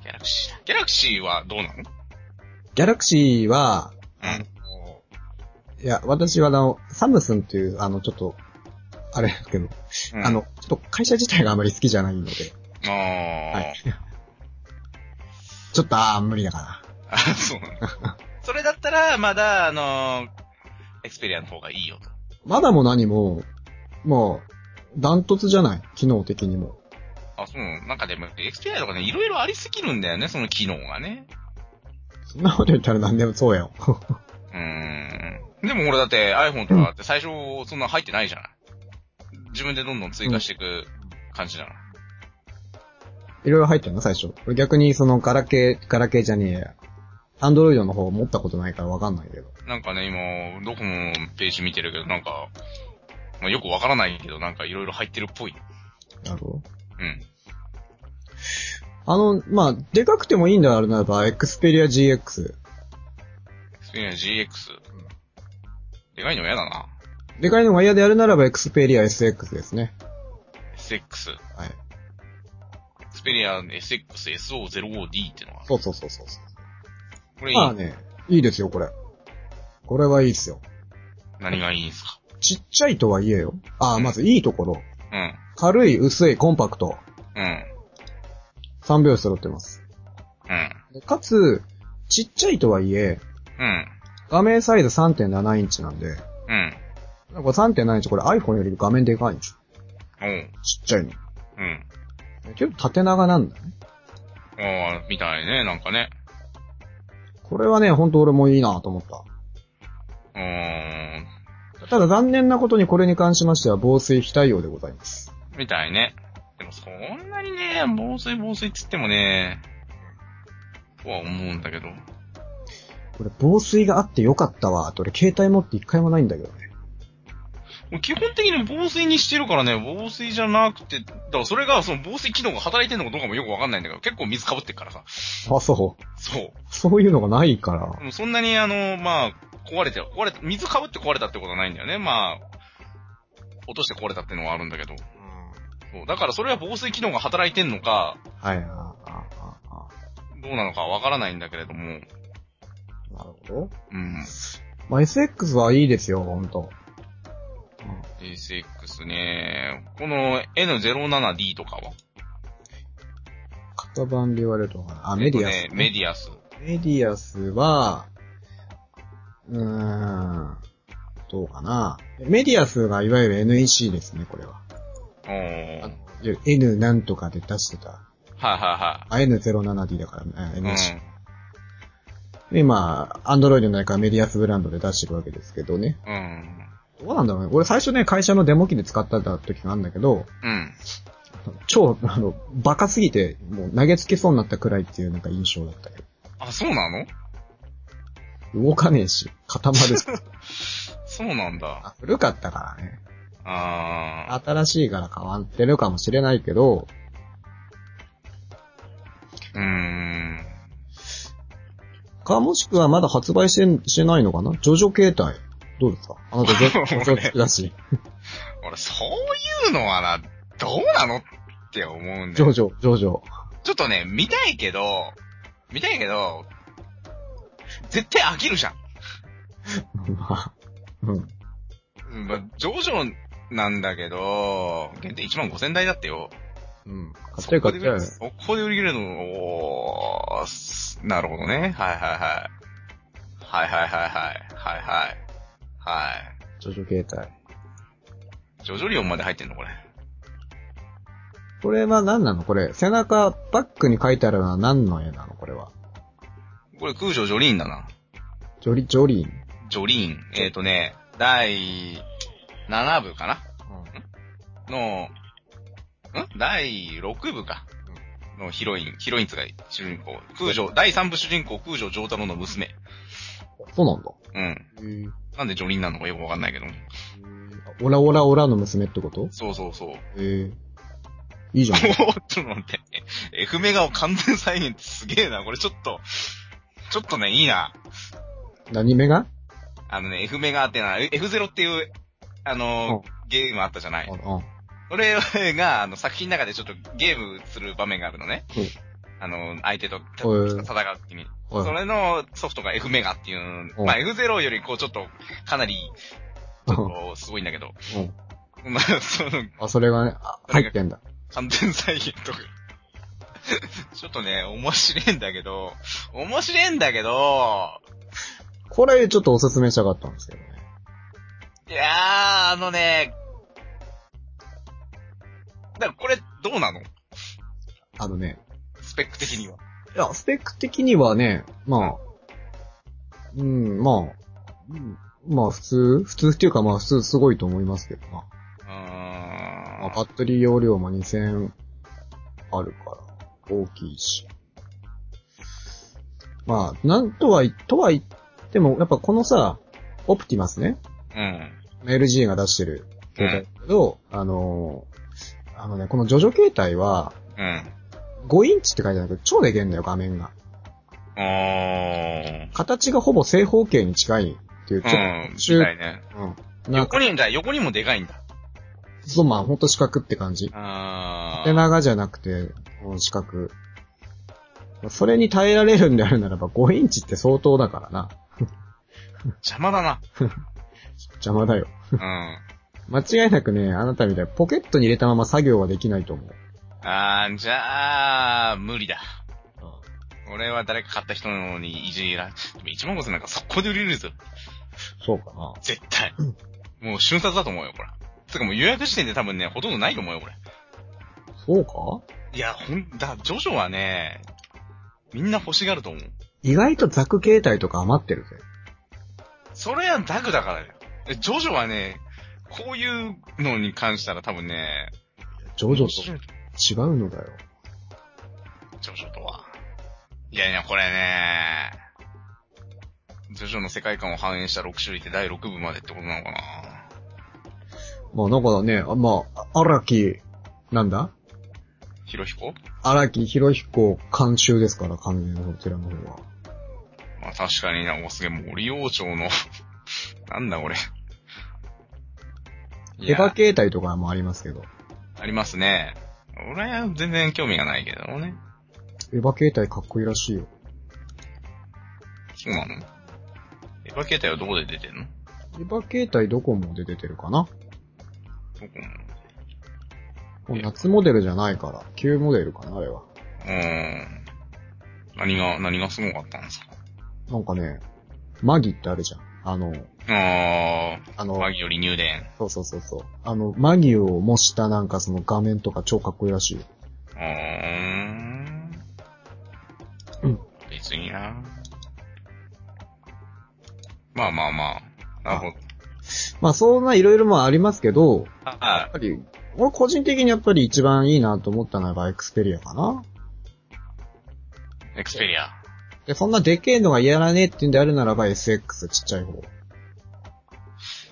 Speaker 2: ギャラクシーだ。ギャラクシーはどうなの
Speaker 1: ギャラクシーは、
Speaker 2: うん
Speaker 1: いや、私はあの、サムスンっていう、あの、ちょっと、あれですけど、
Speaker 2: うん
Speaker 1: あの、ちょっと会社自体があまり好きじゃないので、
Speaker 2: あー
Speaker 1: はい ちょっと、ああ、無理だか
Speaker 2: あ、 そうなんだ。それだったら、まだ、あのーエクスペリアの方がいいよ
Speaker 1: ら。
Speaker 2: と。
Speaker 1: まだも何も、もう、ダントツじゃない機能的にも。
Speaker 2: あ、そうなのなんかでも、エクスペリアとかね、いろいろありすぎるんだよね、その機能がね。
Speaker 1: そんなこと言ったら何でもそうやよ。
Speaker 2: うーん。でも俺だって iPhone とかって最初、そんな入ってないじゃない。自分でどんどん追加していく感じじゃない。
Speaker 1: いろいろ入ってんの最初。俺逆にその、ガラケー、ガラケーじゃねえや。アンドロイドの方持ったことないからわかんないけど。
Speaker 2: なんかね、今、ドコモのページ見てるけど、なんか、まあ、よくわからないけど、なんかいろいろ入ってるっぽい。
Speaker 1: なるほど。
Speaker 2: うん。
Speaker 1: あの、まあ、でかくてもいいんであるならば、エクスペリア GX。
Speaker 2: 次は GX。でかいの嫌だな。
Speaker 1: でかいのが嫌であるならば、エクスペリア SX ですね。
Speaker 2: SX。
Speaker 1: はい。
Speaker 2: スペリア SX SO05D ってのが。
Speaker 1: そうそうそうそう。
Speaker 2: これいい、
Speaker 1: まあね、いいですよ、これ。これはいいですよ。
Speaker 2: 何がいいんすか
Speaker 1: ちっちゃいとはいえよ。ああ、まずいいところ。
Speaker 2: うん。
Speaker 1: 軽い、薄い、コンパクト。
Speaker 2: うん。
Speaker 1: 3拍子揃ってます。
Speaker 2: うん。
Speaker 1: かつ、ちっちゃいとはいえ、
Speaker 2: うん。
Speaker 1: 画面サイズ3.7インチなんで、
Speaker 2: うん。
Speaker 1: なんか3.7インチこれ iPhone より画面でかいんですよ。
Speaker 2: おう。
Speaker 1: ちっちゃいの。
Speaker 2: うん。
Speaker 1: 結構縦長なんだね。
Speaker 2: ああ、みたいね、なんかね。
Speaker 1: これはね、ほんと俺もいいなと思った。
Speaker 2: うーん。
Speaker 1: ただ残念なことにこれに関しましては防水非対応でございます。
Speaker 2: みたいね。でもそんなにね、防水防水っつってもね、とは思うんだけど。
Speaker 1: これ防水があってよかったわ。俺携帯持って一回もないんだけどね。
Speaker 2: 俺基本的に防水にしてるからね、防水じゃなくて、だからそれがその防水機能が働いてるのかどうかもよくわかんないんだけど、結構水かぶってるからさ。
Speaker 1: あ、そう。
Speaker 2: そう。
Speaker 1: そういうのがないから。
Speaker 2: でもそんなにあの、まあ、壊れて、壊れた、水かぶって壊れたってことはないんだよね。まあ、落として壊れたっていうのはあるんだけど。そうだからそれは防水機能が働いてんのか、
Speaker 1: はい、ああ、ああ、あ
Speaker 2: どうなのかわからないんだけれども。
Speaker 1: あ。なるほど。
Speaker 2: うん。
Speaker 1: まあ、SX はいいですよ、ほんと。
Speaker 2: SX ね。この N07D とかは
Speaker 1: 型番で言われると、あ、メディアス、
Speaker 2: ね、メディアス。
Speaker 1: メディアスは、うーん、どうかな。メディアスがいわゆる NEC ですね、これは。
Speaker 2: おー。
Speaker 1: あ
Speaker 2: はい
Speaker 1: の N なんとかで出してた。
Speaker 2: は
Speaker 1: あ N07D だからね、
Speaker 2: いはい。
Speaker 1: NEC。今、アンドロイドの中からメディアスブランドで出してるわけですけどね。
Speaker 2: うん。うん。
Speaker 1: どうなんだろうね。俺最初ね、会社のデモ機で使ってた時があるんだけど、
Speaker 2: うん。
Speaker 1: 超、あの、バカすぎて、もう投げつけそうになったくらいっていうなんか印象だったけ
Speaker 2: あ、そうなの
Speaker 1: ど。動かねえし、固まる し。
Speaker 2: そうなんだ。
Speaker 1: あ古かったからね。
Speaker 2: あ
Speaker 1: 新しいから変わってるかもしれないけど、
Speaker 2: ー。うーん。
Speaker 1: か、もしくはまだ発売して、してないのかなジョジョ携帯。どうですかあなたジョ ジョジョ好きだし、
Speaker 2: 俺、そういうのはな、どうなのって思うんだ
Speaker 1: ジ
Speaker 2: よ
Speaker 1: ョ。ジョ、ジョジョ。
Speaker 2: ちょっとね、見たいけど、見たいけど、絶対飽きるじゃん。
Speaker 1: まあ、うん。
Speaker 2: うんまあ、上々なんだけど、限定1万5000台だってよ。
Speaker 1: うん。買っちゃえ買っちゃえ。
Speaker 2: そここで売り切れるの、おーす、なるほどね。はいはいはい。はいはいはいはい。はいはい。はい。
Speaker 1: ジョジョ携帯。
Speaker 2: ジョジョリオンまで入ってんのこれ。
Speaker 1: これは何なのこれ、背中、バックに書いてあるのは何の絵なのこれは。
Speaker 2: これ空所ジョリーンだな。
Speaker 1: ジョリ、ジョリーン。
Speaker 2: ジョリーン。えっ、ー、とね、第7部かなの、ん第6部か。のヒロイン、ヒロインつうか、主人公、空城、第3部主人公、空城城太郎の娘。
Speaker 1: そうなんだ。
Speaker 2: うん。なんでジョリーンなのかよくわかんないけど。
Speaker 1: オラオラオラの娘ってこと
Speaker 2: そうそうそう。
Speaker 1: ええ。いい じゃん。
Speaker 2: おーちょっと待って。F メガを完全再現ってすげえな。これちょっと、ちょっとね、いいな。
Speaker 1: 何目が
Speaker 2: あのね、F メガってな、F0 っていう、あの
Speaker 1: う
Speaker 2: ー、ゲームあったじゃない。
Speaker 1: うん。
Speaker 2: これが、あの、作品の中でちょっとゲームする場面があるのね
Speaker 1: うん。
Speaker 2: あの、相手とた
Speaker 1: へ
Speaker 2: 戦
Speaker 1: ー
Speaker 2: う時に。
Speaker 1: はい
Speaker 2: それのソフトが F メガっていう、
Speaker 1: うん
Speaker 2: まあ F0 よりこうちょっと、かなり、ちょっとすごいんだけど、
Speaker 1: うん
Speaker 2: まあ、その、
Speaker 1: あ、それがね、あ入ってんだ。
Speaker 2: 完全再現とか。ちょっとね、面白いんだけど、面白いんだけど、
Speaker 1: これちょっとおすすめしたかったんですけどね。
Speaker 2: いやー、あのね、だからこれどうなの
Speaker 1: あのね、
Speaker 2: スペック的には。
Speaker 1: いや、スペック的にはね、まあ、うん、まあ、うんまあ普通、普通っていうかまあ普通すごいと思いますけどな。
Speaker 2: う
Speaker 1: まあ、
Speaker 2: ー
Speaker 1: バッテリー容量も2000あるから、大きいし。まあ、なんとは、とは言っても、やっぱこのさ、オプティマスね、
Speaker 2: ん。
Speaker 1: LG が出してる
Speaker 2: う
Speaker 1: 携帯
Speaker 2: ん。
Speaker 1: だけど、あのー、あのね、このジョジョ携帯は、
Speaker 2: うん。
Speaker 1: 5インチって書いてあるけど、超でけえんだよ、画面が。
Speaker 2: おー。
Speaker 1: 形がほぼ正方形に近いっていう、ちょっ
Speaker 2: うん。
Speaker 1: 中
Speaker 2: みたいね。
Speaker 1: と、なんか、
Speaker 2: 横に、じゃあ横にもでかいんだ。
Speaker 1: そう、まあ、ほんと四角って感じ。
Speaker 2: あ
Speaker 1: 縦
Speaker 2: ー。
Speaker 1: 長じゃなくて、この四角。まあそれに耐えられるんであるならば、5インチって相当だからな。
Speaker 2: 邪魔だな。
Speaker 1: 邪魔だよ。
Speaker 2: うん。
Speaker 1: 間違いなくね、あなたみたいにポケットに入れたまま作業はできないと思う。
Speaker 2: あー、じゃあ、無理だ。俺は誰か買った人のにいじら、でも1万5000なんか速攻で売れるんですよ。
Speaker 1: そうかな。
Speaker 2: 絶対。もう瞬殺だと思うよ、これ。つうかもう予約時点で多分ね、ほとんどないと思うよ、これ。
Speaker 1: そうか
Speaker 2: いや、ほん、だ、ジョジョはね、みんな欲しがると思う。
Speaker 1: 意外とザク形態とか余ってるぜ。
Speaker 2: それはダグだからだよ。えジョジョはね、こういうのに関したら多分ね、
Speaker 1: ジョジョと違うのだよ。
Speaker 2: ジョジョとは。いやいや、これね、ジョジョの世界観を反映した6種類って第6部までってことなのかな
Speaker 1: まあ、だからね、あまあ、荒木、なんだ
Speaker 2: ヒロヒコ
Speaker 1: 荒木博彦監修ですから、完全にそちらの方は。
Speaker 2: まあ確かにな、おすげえ、森王朝の、 なんだこれ。い
Speaker 1: エヴ
Speaker 2: や
Speaker 1: ァ、形態とかもありますけど。
Speaker 2: ありますね。俺は全然興味がないけどね。
Speaker 1: エヴァ形態かっこいいらしいよ。
Speaker 2: そうなのエヴァ形態はどこで出てんの
Speaker 1: エヴァ形態どこもで出てるかな
Speaker 2: どこの
Speaker 1: もう夏モデルじゃないから、旧モデルかな、あれは。
Speaker 2: うーん。何が、何がすごかったんですか
Speaker 1: なんかね、マギってあるじゃん。あの、
Speaker 2: あ
Speaker 1: あ
Speaker 2: ー、
Speaker 1: の、
Speaker 2: マギより入電。
Speaker 1: そうそうそうそう。あの、マギを模したなんかその画面とか超かっこいいらしいよ。
Speaker 2: うーん。
Speaker 1: うん。
Speaker 2: 別にな。まあまあまあ。なるほど。
Speaker 1: まあそんないろいろもありますけど、や
Speaker 2: あ
Speaker 1: っぱり、俺個人的にやっぱり一番いいなと思ったのがエクスペリアかな。
Speaker 2: エクスペリア。
Speaker 1: で、そんなでけえのがやらねえっていうんであるならば SX ちっちゃい方。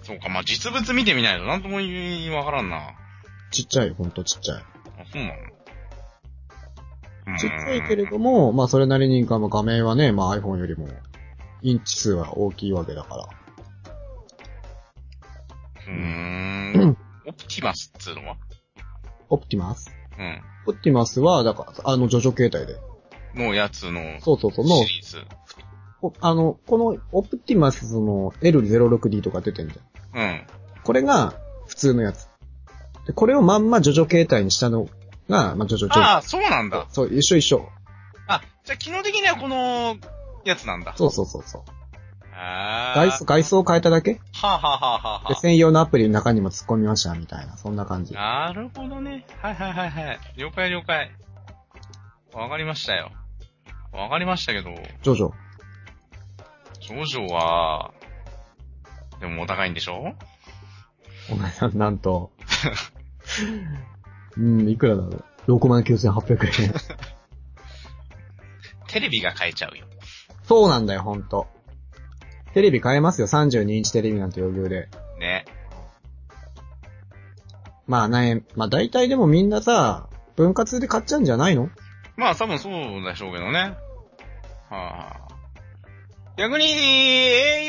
Speaker 2: そうか、まあ実物見てみないとなんとも言いわからんな。
Speaker 1: ちっちゃい、ほんとちっちゃい。
Speaker 2: あ、そうなのうーん
Speaker 1: ちっちゃいけれども、まあそれなりに画画面はね、まあ iPhone よりも、インチ数は大きいわけだから。
Speaker 2: うーん。オプティマスっつうのは
Speaker 1: オプティマス
Speaker 2: うん。
Speaker 1: オプティマスは、だから、あの、ジョジョ形態で。
Speaker 2: のやつの
Speaker 1: そうそうそう、の
Speaker 2: シ、リーズ。
Speaker 1: おあの、この、オプティマスの L06D とか出てんじゃん。
Speaker 2: うん。
Speaker 1: これが、普通のやつ。で、これをまんまジョジョ形態にしたのが、まあ、ジョジョジョジョ。
Speaker 2: ああ、そうなんだ。
Speaker 1: そう、一緒一緒。
Speaker 2: あ、じゃあ機能的にはこの、やつなんだ。
Speaker 1: そうそうそうそう。
Speaker 2: ああ。
Speaker 1: 外装、外装を変えただけ
Speaker 2: はあ、はあはあはあ
Speaker 1: で、
Speaker 2: は
Speaker 1: 専用のアプリの中にも突っ込みました、みたいな、そんな感じ。
Speaker 2: あ、なるほどね。はいはいはいはい。了解了解。わかりましたよ。わかりましたけど、
Speaker 1: ジョジョ。
Speaker 2: ジョジョは、でもお高いんでしょ
Speaker 1: お前さん、なんと。うん、いくらだろう。69,800円。
Speaker 2: テレビが買えちゃうよ。
Speaker 1: そうなんだよ、ほんと。テレビ変えますよ、32インチテレビなんて余裕で。
Speaker 2: ね。
Speaker 1: まあ、なんやまあ大体でもみんなさ、分割で買っちゃうんじゃないの
Speaker 2: まあ多分そうでしょうけどね。はあ。逆に、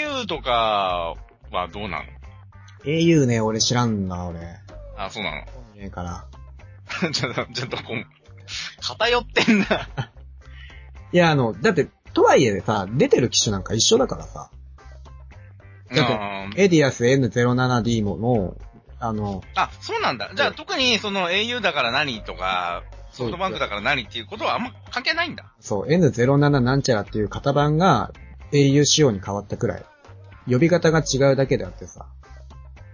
Speaker 2: au とかはどうなの
Speaker 1: ?au ね、俺知らんな、俺。
Speaker 2: あ、そうなの。
Speaker 1: ねえから。
Speaker 2: ちょっと、ちょっとこう、偏ってんな。
Speaker 1: いや、あの、だって、とはいえさ、出てる機種なんか一緒だからさ。ちょっと
Speaker 2: うん
Speaker 1: エディアス N07D もの、あの、
Speaker 2: あ、そうなんだ。じゃあ特にその au だから何とか、ソフトバンクだから何っていうことはあんま関係ないんだ。
Speaker 1: そう、N07 なんちゃらっていう型番が au 仕様に変わったくらい。呼び方が違うだけであってさ。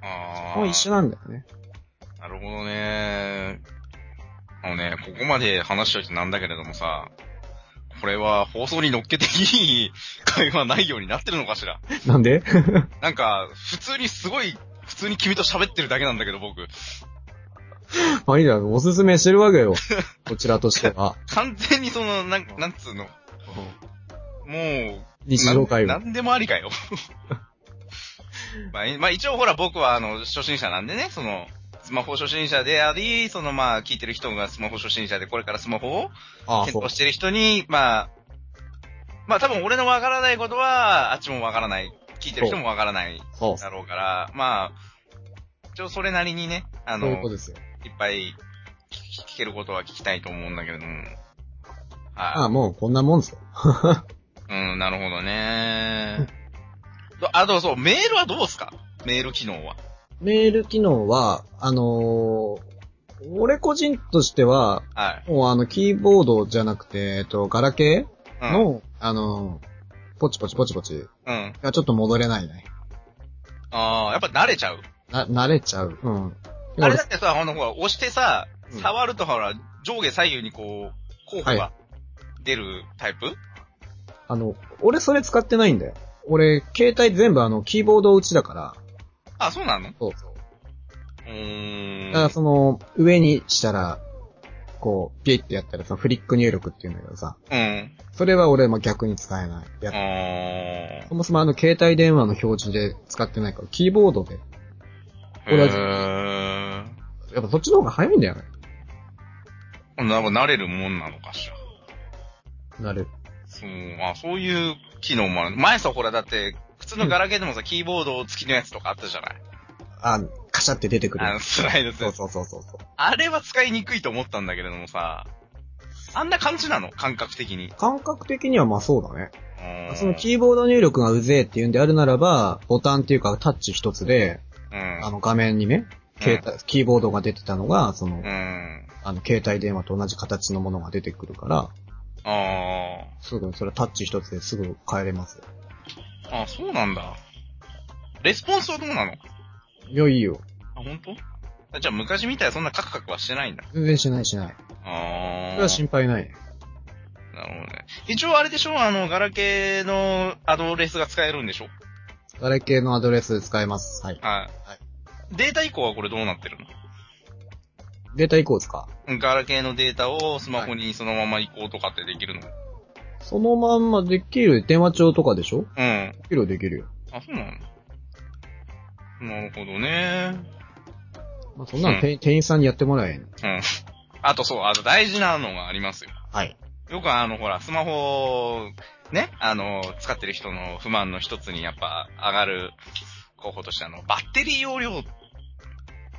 Speaker 2: ああ。
Speaker 1: もう一緒なんだよね。
Speaker 2: なるほどね。あのね、ここまで話しといてなんだけれどもさ、これは放送に乗っけていい会話ないようになってるのかしら。
Speaker 1: なんで
Speaker 2: なんか、普通にすごい、普通に君と喋ってるだけなんだけど僕、
Speaker 1: まあいいじゃん、おすすめしてるわけよ。こちらとしては。
Speaker 2: 完全にその、なん、なんつうの、もう、
Speaker 1: 日常会
Speaker 2: な
Speaker 1: 話。
Speaker 2: んなんでもありかよ。 まあ、いまあ、一応ほら僕はあの、初心者なんでね、その、スマホ初心者であり、そのまあ、聞いてる人がスマホ初心者で、これからスマホを
Speaker 1: ああ、
Speaker 2: 検
Speaker 1: そう
Speaker 2: 討。してる人に、まあ、まあ多分俺のわからないことは、あっちもわからない。聞いてる人もわからない
Speaker 1: そう。
Speaker 2: だろうから、まあ、一応それなりにね、
Speaker 1: そ
Speaker 2: あ
Speaker 1: う
Speaker 2: の、
Speaker 1: いうこと
Speaker 2: い
Speaker 1: ですよ。
Speaker 2: っぱい聞聞けることは聞きたいと思うんだけれども。
Speaker 1: あ
Speaker 2: は
Speaker 1: あ、もうこんなもんですよ。
Speaker 2: い。うん、なるほどね。とあとそう、メールはどうすかメール機能は。
Speaker 1: メール機能は、あのー俺個人としては、
Speaker 2: はい。
Speaker 1: もうあの、キーボードじゃなくて、えっと、ガラケ
Speaker 2: う
Speaker 1: ー
Speaker 2: ん。
Speaker 1: の、あのーポチポチポチポチ
Speaker 2: うん。
Speaker 1: がちょっと戻れないね。
Speaker 2: ああ、やっぱ慣れちゃう。
Speaker 1: な、慣れちゃう。うん。
Speaker 2: あれだってさ、あの、ほら、押してさ
Speaker 1: う、ん
Speaker 2: 触るとほら、上下左右にこう、候補
Speaker 1: は
Speaker 2: が出るタイプ
Speaker 1: あの、俺それ使ってないんだよ。俺、携帯全部あの、キーボード打ちだから。
Speaker 2: あ、そうなの
Speaker 1: そうそう。
Speaker 2: うー
Speaker 1: だ
Speaker 2: ん。
Speaker 1: からその、上にしたら、こう、ピッてやったらさ、フリック入力っていうんだけどさ、
Speaker 2: うん。
Speaker 1: それは俺も逆に使えない。やつ
Speaker 2: あ
Speaker 1: そもそもあの、携帯電話の表示で使ってないから、キーボードで。
Speaker 2: ー。
Speaker 1: 同じ
Speaker 2: へ
Speaker 1: やっぱそっちの方が早いんだよね。
Speaker 2: ー。なんか慣れるもんなのかしら。
Speaker 1: なる。
Speaker 2: そう、あ、そういう機能もある。前さ、ほら、だって、普通のガラケーでもさ、キーボード付きのやつとかあったじゃない
Speaker 1: あ、カシャって出てくる
Speaker 2: あ。の、スライドす
Speaker 1: そ
Speaker 2: る
Speaker 1: う。そうそうそうそう。
Speaker 2: あれは使いにくいと思ったんだけれどもさ、あんな感じなの感覚的に。
Speaker 1: 感覚的にはまあそうだね。
Speaker 2: うん
Speaker 1: そのキーボード入力がうぜえっていうんであるならば、ボタンっていうかタッチ一つで、
Speaker 2: うん。
Speaker 1: あの画面にね、携帯、キーボードが出てたのが、その、
Speaker 2: うん。
Speaker 1: あの、携帯電話と同じ形のものが出てくるから、
Speaker 2: あ
Speaker 1: すぐ、それはタッチ一つですぐ変えれますよ。
Speaker 2: あ。あ、そうなんだ。レスポンスはどうなのあ、
Speaker 1: いや、いいよ。
Speaker 2: 本当？あじゃあ昔みたいにそんなカクカクはしてないんだ。
Speaker 1: 全然しないしない。
Speaker 2: ああ。
Speaker 1: それは心配ない。
Speaker 2: なるほどね。一応あれでしょあの、ガラケーのアドレスが使えるんでしょ
Speaker 1: ガレ系のアドレス使えます。はい。
Speaker 2: はい。データ以降はこれどうなってるの
Speaker 1: データ移行ですか
Speaker 2: ガラケーのデータをスマホにそのまま移行とかってできるの、
Speaker 1: そのまんまできる電話帳とかでしょ
Speaker 2: うん。
Speaker 1: できるよできるよ。
Speaker 2: あ、そうなのなるほどね。
Speaker 1: まあ、そんなの店,、店員さんにやってもらえん。
Speaker 2: うん。あとそう、あと大事なのがありますよ。
Speaker 1: はい。
Speaker 2: よくあの、ほら、スマホ、ね、あの、使ってる人の不満の一つにやっぱ上がる候補としてあの、バッテリー容量っ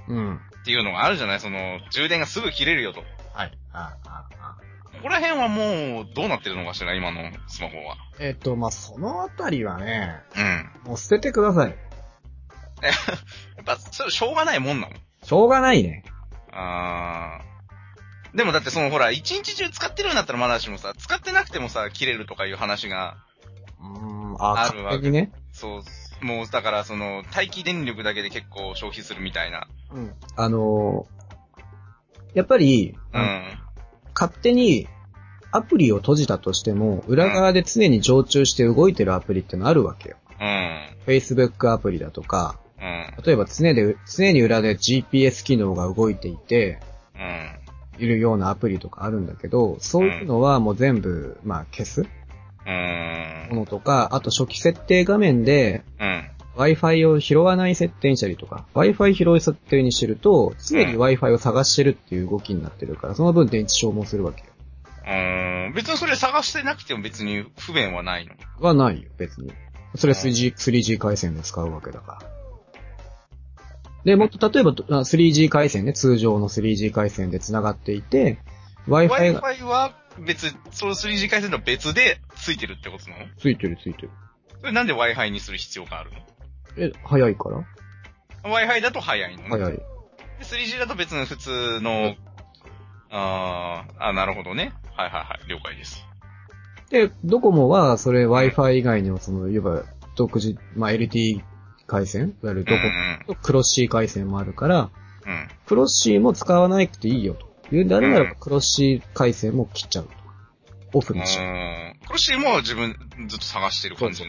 Speaker 1: うん。
Speaker 2: ていうのがあるじゃないその、充電がすぐ切れるよと。
Speaker 1: はい。あああ
Speaker 2: ここら辺はもう、どうなってるのかしら、今のスマホは。
Speaker 1: えっ、と、まあ、そのあたりはね、
Speaker 2: うん。や
Speaker 1: もう捨ててください。
Speaker 2: っぱ、それしょうがないもんなの。
Speaker 1: しょうがないね。
Speaker 2: あー。でもだってそのほら、一日中使ってるんだったらまだしもさ、使ってなくてもさ、切れるとかいう話が、
Speaker 1: うーん、あ、
Speaker 2: あるわ
Speaker 1: 勝手にね。
Speaker 2: そう、もうだからその、待機電力だけで結構消費するみたいな。
Speaker 1: うん。あのーやっぱり、
Speaker 2: うん。
Speaker 1: 勝手にアプリを閉じたとしても、裏側で常に常駐して動いてるアプリってのあるわけよ。
Speaker 2: うん。
Speaker 1: Facebook アプリだとか、
Speaker 2: うん。
Speaker 1: 例えば常で、常に裏で GPS 機能が動いていて、
Speaker 2: うん。
Speaker 1: いるようなアプリとかあるんだけど、そういうのはもう全部、まあ消す
Speaker 2: うん。
Speaker 1: ものとか、あと初期設定画面で
Speaker 2: うん。
Speaker 1: Wi-Fi を拾わない設定にしたりとか、Wi-Fi 拾う設定にしてると、常に
Speaker 2: う
Speaker 1: Wi-Fi を探してるっていう動きになってるから、その分電池消耗するわけよ。
Speaker 2: うん。別にそれ探してなくても別に不便はないの。
Speaker 1: はないよ、別に。それ 3G, 3G 回線で使うわけだから。で、もっと、例えば、あ 3G 回線ね、通常の 3G 回線で繋がっていて、Wi-Fi が
Speaker 2: Wi-Fi は別、その 3G 回線とは別でついてるってことなの
Speaker 1: ついてるついてる。
Speaker 2: それなんで Wi-Fi にする必要があるの
Speaker 1: え、早いから
Speaker 2: ?Wi-Fi だと早いのね。
Speaker 1: 早い。
Speaker 2: で 3G だと別の普通の、あーあ、なるほどね。はいはいはい、了解です。
Speaker 1: で、ドコモは、それ Wi-Fi 以外にも、その、いわば、独自、まあ、LT 回線いわゆるドコ
Speaker 2: うん
Speaker 1: モとクロッシー回線もあるから、
Speaker 2: うんうん。
Speaker 1: クロッシーも使わなくていいよと。言うんであれなら
Speaker 2: う
Speaker 1: ば、クロッシー回線も切っちゃうと。オフ
Speaker 2: う
Speaker 1: にしちゃう。
Speaker 2: ん。クロシーも自分ずっと探してる感じ。
Speaker 1: そう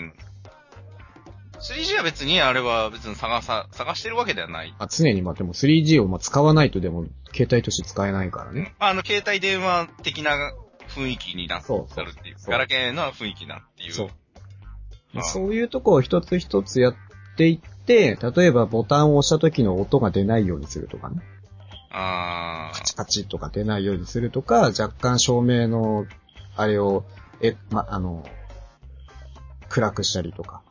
Speaker 2: 3G は別にあれは別に探さ、探してるわけではない。
Speaker 1: まあ、常にまあ、でも 3G をまあ使わないとでも、携帯として使えないからね。
Speaker 2: まああの、携帯電話的な雰囲気になって
Speaker 1: そうそう
Speaker 2: るっていう。
Speaker 1: そう
Speaker 2: ガラケーの雰囲気になっていう。
Speaker 1: そう。まあ
Speaker 2: あ
Speaker 1: そういうとこを一つ一つやっていって、例えばボタンを押した時の音が出ないようにするとかね。
Speaker 2: あ
Speaker 1: カチカチとか出ないようにするとか、若干照明の、あれを、え、ま、あの、暗くしたりとか。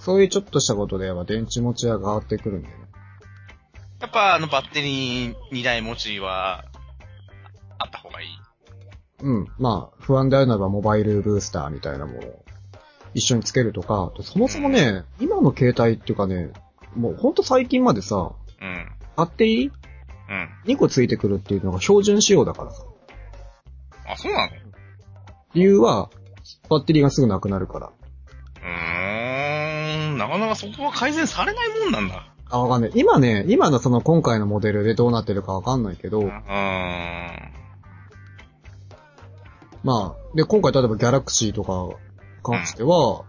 Speaker 1: そういうちょっとしたことで、やっぱ電池持ちは変わってくるんでね。
Speaker 2: ーやっぱあのバッテリー2台持ちは、ああった方がいい。
Speaker 1: うん。まあ、不安であるならばモバイルブースターみたいなものを一緒につけるとか、あとそもそもね、今の携帯っていうかね、もうほんと最近までさ、
Speaker 2: うん。
Speaker 1: バッテリー
Speaker 2: うん。
Speaker 1: 2個ついてくるっていうのが標準仕様だからさ。
Speaker 2: あ、そうなの
Speaker 1: 理由は、バッテリーがすぐなくなるから。
Speaker 2: うーん、なかなかそこは改善されないもんなんだ。
Speaker 1: あ、わかんない。今ね、今のその今回のモデルでどうなってるかわかんないけど、
Speaker 2: うーん。
Speaker 1: まあ、で、今回例えばギャラクシーとか関しては、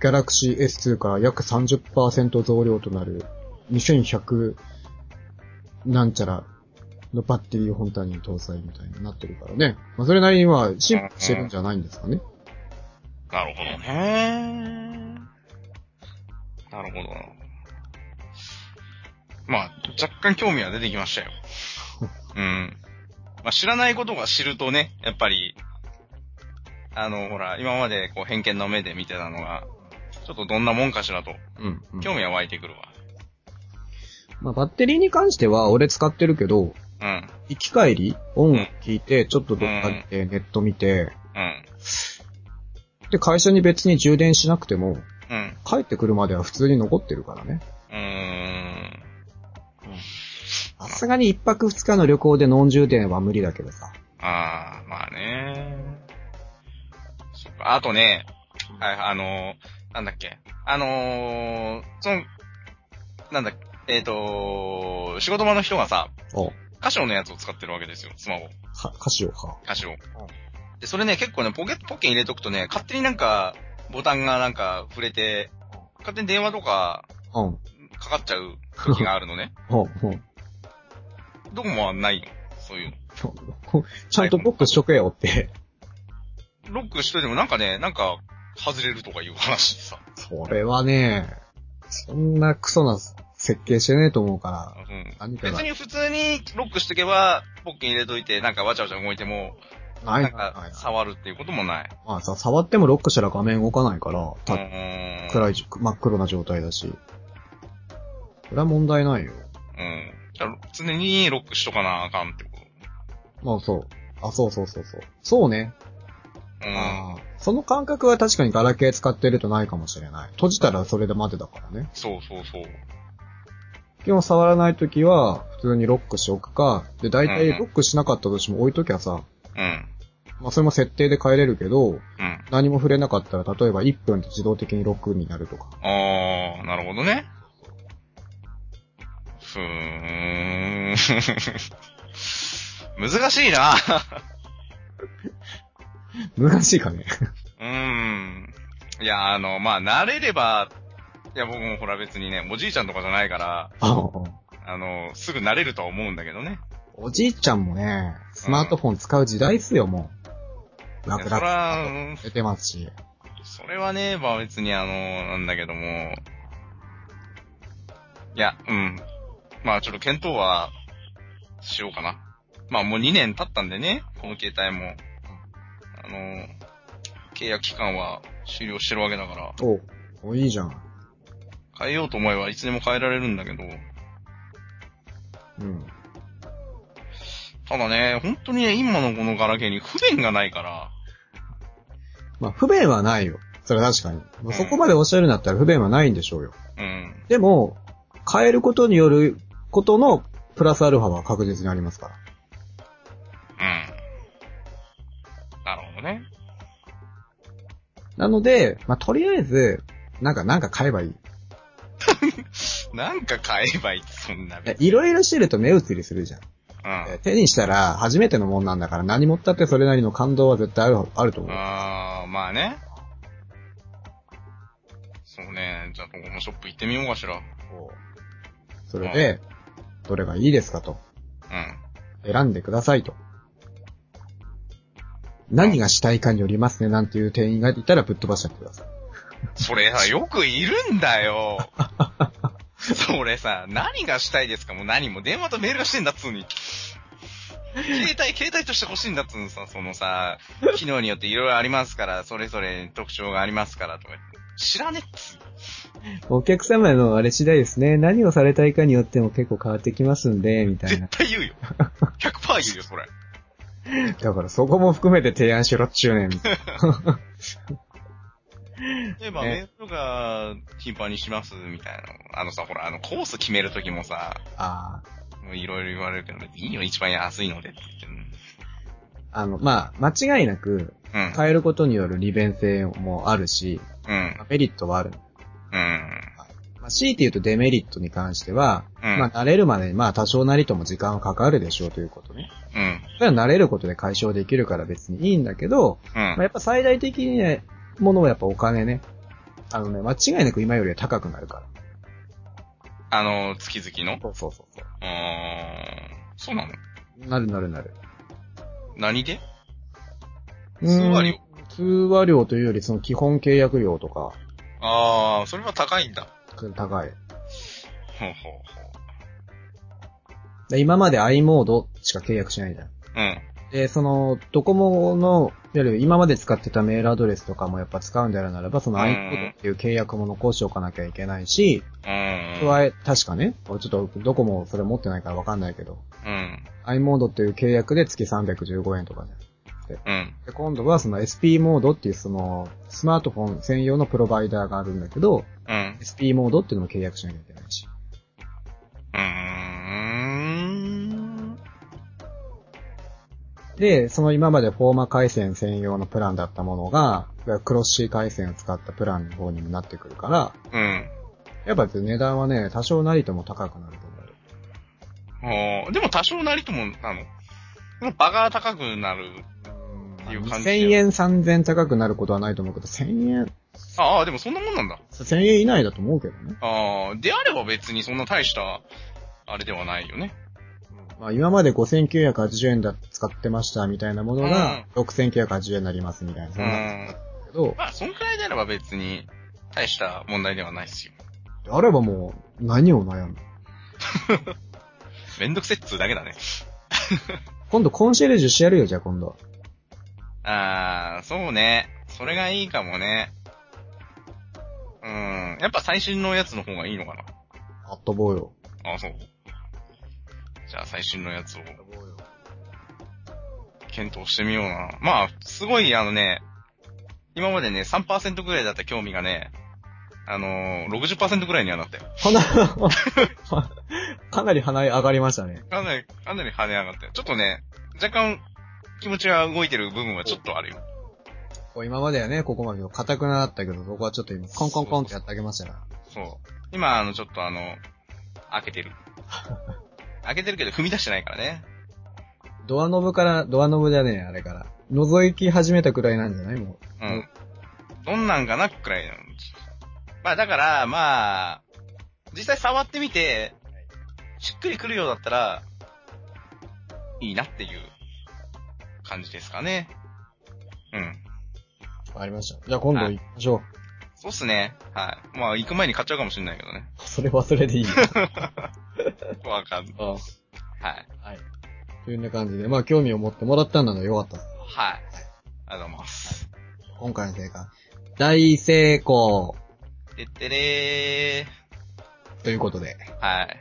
Speaker 1: ギャラクシー S2 から約30%増量となる2100なんちゃらのバッテリー本体に搭載みたいになってるからね。まあ、それなりには進歩してるんじゃないんですかね。
Speaker 2: なるほどね。なるほど。まあ、若干興味は出てきま したよ。うん。まあ、知らないことが知るとね、やっぱり、あの、ほら、今までこう偏見の目で見てたのが、ちょっとどんなもんかしらと、
Speaker 1: うん、うん。
Speaker 2: 興味は湧いてくるわ。
Speaker 1: まあ、バッテリーに関しては俺使ってるけど、
Speaker 2: うん、
Speaker 1: 行き帰り音楽聞いて、ちょっとどっか行ってネット見て、
Speaker 2: うん、
Speaker 1: で、会社に別に充電しなくても、
Speaker 2: うん、
Speaker 1: 帰ってくるまでは普通に残ってるからね。
Speaker 2: うーん。
Speaker 1: さすがに一泊二日の旅行でノン充電は無理だけどさ。
Speaker 2: ああ、まあね。そっかあとね、はい、あのー、なんだっけ。あのー、その、なんだっけ、えっ、と仕事場の人がさ、
Speaker 1: おは、
Speaker 2: カシオのやつを使ってるわけですよ、スマホ。
Speaker 1: 歌詞をは。
Speaker 2: カシオ。で、それね、結構ね、ポケ、ポッケに入れとくとね、勝手になんか、ボタンがなんか触れて、勝手に電話とか
Speaker 1: うん。
Speaker 2: かかっちゃう時があるのね。
Speaker 1: ほ うほう。
Speaker 2: どこもはないのそういうの。
Speaker 1: そうちゃんとロックしとけよって。
Speaker 2: ロックしといてもなんかね、なんか、外れるとかいう話でさ。
Speaker 1: それはね、そんなクソな設計してねえと思うから、
Speaker 2: うん。
Speaker 1: 何か
Speaker 2: 別
Speaker 1: が
Speaker 2: に普通にロックしとけば、ポッケに入れといて、なんかわちゃわちゃ動いても、
Speaker 1: ない
Speaker 2: な
Speaker 1: なんいな
Speaker 2: か
Speaker 1: いない。
Speaker 2: 触るっていうこともない。
Speaker 1: まあさ、触ってもロックしたら画面動かないから、
Speaker 2: う
Speaker 1: た
Speaker 2: ーん。
Speaker 1: 暗いじ、真っ黒な状態だし。それは問題ないよ。
Speaker 2: うん。じゃあ常にロックしとかなあかんってこと。
Speaker 1: まあそう。あ、そうそうそうそう。そうね。
Speaker 2: うん。
Speaker 1: ああ。その感覚は確かにガラケー使ってるとないかもしれない。閉じたらそれで待てだからね。
Speaker 2: そうそうそう。
Speaker 1: 基本触らないときは、普通にロックしておくか、で、大
Speaker 2: うんう
Speaker 1: 体
Speaker 2: ん
Speaker 1: ロックしなかったとしても置いときゃさ、
Speaker 2: うん。
Speaker 1: まあそれも設定で変えれるけど、
Speaker 2: うん。
Speaker 1: 何も触れなかったら、例えば1分で自動的にロックになるとか。
Speaker 2: ああ、なるほどね。ふーん。 難しいな
Speaker 1: 難しいかね。
Speaker 2: うーん。いや、あの、まあ、慣れれば、いや、僕もほら別にね、おじいちゃんとかじゃないから、
Speaker 1: あの
Speaker 2: あの、すぐ慣れるとは思うんだけどね。
Speaker 1: おじいちゃんもね、スマートフォン使う時代っすよ、もう。
Speaker 2: い
Speaker 1: 楽
Speaker 2: やそ
Speaker 1: 々
Speaker 2: ら、うん
Speaker 1: 出てますし。
Speaker 2: それはね、まあ別にあの、なんだけども。いや、うん。まあちょっと検討は、しようかな。まあもう2年経ったんでね、この携帯も。あの、契約期間は終了してるわけだから、
Speaker 1: おお、いいじゃん。
Speaker 2: 変えようと思えばいつでも変えられるんだけど、
Speaker 1: うん。
Speaker 2: ただね、本当にね、今のこのガラケーに不便がないから、
Speaker 1: まあ、不便はないよ。それは確かに。まあ、そこまでおっしゃるんだったら不便はないんでしょうよ。
Speaker 2: うん。
Speaker 1: でも、変えることによることのプラスアルファは確実にありますから。
Speaker 2: うん。なるほどね。
Speaker 1: なので、まあ、とりあえず、なんか、なんか買えばいい。
Speaker 2: なんか買えばいいって、そんな別に。
Speaker 1: いろいろしてると目移りするじゃん。
Speaker 2: うん。
Speaker 1: 手にしたら初めてのもんなんだから何持ったってそれなりの感動は絶対ある、あると思う。
Speaker 2: あー、まあね。そうね。じゃあ、ここのショップ行ってみようかしら。うん。
Speaker 1: それで、どれがいいですかと。選んでくださいと。何がしたいかによりますねなんていう店員がいたらぶっ飛ばしちゃってください。
Speaker 2: それさ、よくいるんだよ。それさ、何がしたいですかもう何も電話とメールがしてんだっつうに。携帯、携帯として欲しいんだっつうのさ、そのさ、機能によっていろいろありますから、それぞれ特徴がありますからとか言って。知らねえっつう
Speaker 1: お客様のあれ次第ですね。何をされたいかによっても結構変わってきますんで、みたい
Speaker 2: 絶
Speaker 1: な。
Speaker 2: 対言うよ。100%言うよ、それ。
Speaker 1: だからそこも含めて提案しろっちゅう ねん。
Speaker 2: 例えば、メー
Speaker 1: ね
Speaker 2: ルとか、頻繁にします、みたいな。あのさ、ほら、あの、コース決めるときもさ、
Speaker 1: ああ。
Speaker 2: もういろいろ言われるけど、いいよ、一番安いのでって言っ
Speaker 1: あの、まあ、間違いなく、
Speaker 2: てる
Speaker 1: 変えることによる利便性もあるし、
Speaker 2: うん。うん。
Speaker 1: メリットはある。
Speaker 2: うん。
Speaker 1: まあ、強いて言うとデメリットに関しては、
Speaker 2: うん
Speaker 1: まあ慣れるまでにまあ多少なりとも時間はかかるでしょうということね。
Speaker 2: うん。
Speaker 1: それは慣れることで解消できるから別にいいんだけど、
Speaker 2: う
Speaker 1: まあ、
Speaker 2: ん。
Speaker 1: やっぱ最大的にね、ものはやっぱお金ね。あのね、間違いなく今よりは高くなるから。
Speaker 2: あの、月々の
Speaker 1: そうそうそうそう
Speaker 2: ーん。そうなの
Speaker 1: う。なるなるなる。
Speaker 2: 何で通話料
Speaker 1: うん通話料というよりその基本契約料とか、
Speaker 2: ああ、それは高いんだ。
Speaker 1: 高い。
Speaker 2: ほうほうほ
Speaker 1: で今まで i モードしか契約しないじゃん。
Speaker 2: う。うん。
Speaker 1: で、その、ドコモの、いわゆる今まで使ってたメールアドレスとかもやっぱ使うんであるならば、その
Speaker 2: うん
Speaker 1: i モードっていう契約も残しておかなきゃいけないし、
Speaker 2: うーん。
Speaker 1: 加え、確かね、ちょっとドコモそれ持ってないからわかんないけど、
Speaker 2: うん。
Speaker 1: i モードっていう契約で月315円とかね。
Speaker 2: うん。
Speaker 1: で、今度はその SP モードっていうその、スマートフォン専用のプロバイダーがあるんだけど、
Speaker 2: うん。
Speaker 1: SP モードっていうのも契約しなきゃいけないし。
Speaker 2: うーん。
Speaker 1: で、その今までフォーマ回線専用のプランだったものが、クロッシー回線を使ったプランの方にもなってくるから、
Speaker 2: うん。
Speaker 1: やっぱ値段はね、多少なりとも高くなると思う。
Speaker 2: あーでも多少なりとも、なの。場が高くなる。っていう感じだよ
Speaker 1: 2000円、3000円高くなることはないと思うけど、1000円、
Speaker 2: ああ、でもそんなもんなんだ。
Speaker 1: 1000円以内だと思うけどね。
Speaker 2: ああ、であれば別にそんな大した、あれではないよね。
Speaker 1: まあ、今まで5980円だ使ってましたみたいなものが、6980円になりますみたいな、
Speaker 2: う
Speaker 1: そんなん
Speaker 2: ん。
Speaker 1: だけど、
Speaker 2: まあ、そんくらいであれば別に、大した問題ではないですよ。
Speaker 1: であればもう、何を悩む
Speaker 2: めんどくせっつうだけだね。
Speaker 1: 今度コンシェルジュしてやるよ、じゃあ今度。
Speaker 2: ああ、そうね。それがいいかもね。うん。やっぱ最新のやつの方がいいのかな。
Speaker 1: あっとぼうよ。
Speaker 2: ああ、そう。じゃあ最新のやつを検討してみような。まあ、すごいあのね、今までね、3%ぐらいだった興味がね、あのー、60%ぐらいにはなったよ。
Speaker 1: 鼻、かなり鼻上がりましたね。
Speaker 2: かなり、かなり跳ね上がったよ。ちょっとね、若干気持ちが動いてる部分はちょっとあるよ。
Speaker 1: こう今まではね、ここまで硬くなかったけど、僕はちょっと今、コンコンコンってやってあげましたから。
Speaker 2: そう。今、あの、ちょっとあの、開けてる。開けてるけど踏み出してないからね。
Speaker 1: ドアノブから、ドアノブじゃねえ、あれから。覗き始めたくらいなんじゃないも
Speaker 2: う。
Speaker 1: うん
Speaker 2: どんなんかなくらいなの。まあだから、まあ、実際触ってみて、しっくりくるようだったら、いいなっていう感じですかね。うん。
Speaker 1: う。わかりました。じゃあ今度行きましょう。
Speaker 2: そうっすね。はい。まあ行く前に買っちゃうかもしれないけどね。
Speaker 1: それはそれでいいよ。
Speaker 2: わかんない。
Speaker 1: あ
Speaker 2: はい。
Speaker 1: はい。というような感じで、まあ興味を持ってもらったんならよかったです。
Speaker 2: はい。ありがとうございます。
Speaker 1: 今回の成果。大成功
Speaker 2: てってれ
Speaker 1: ということで、
Speaker 2: ー。はい。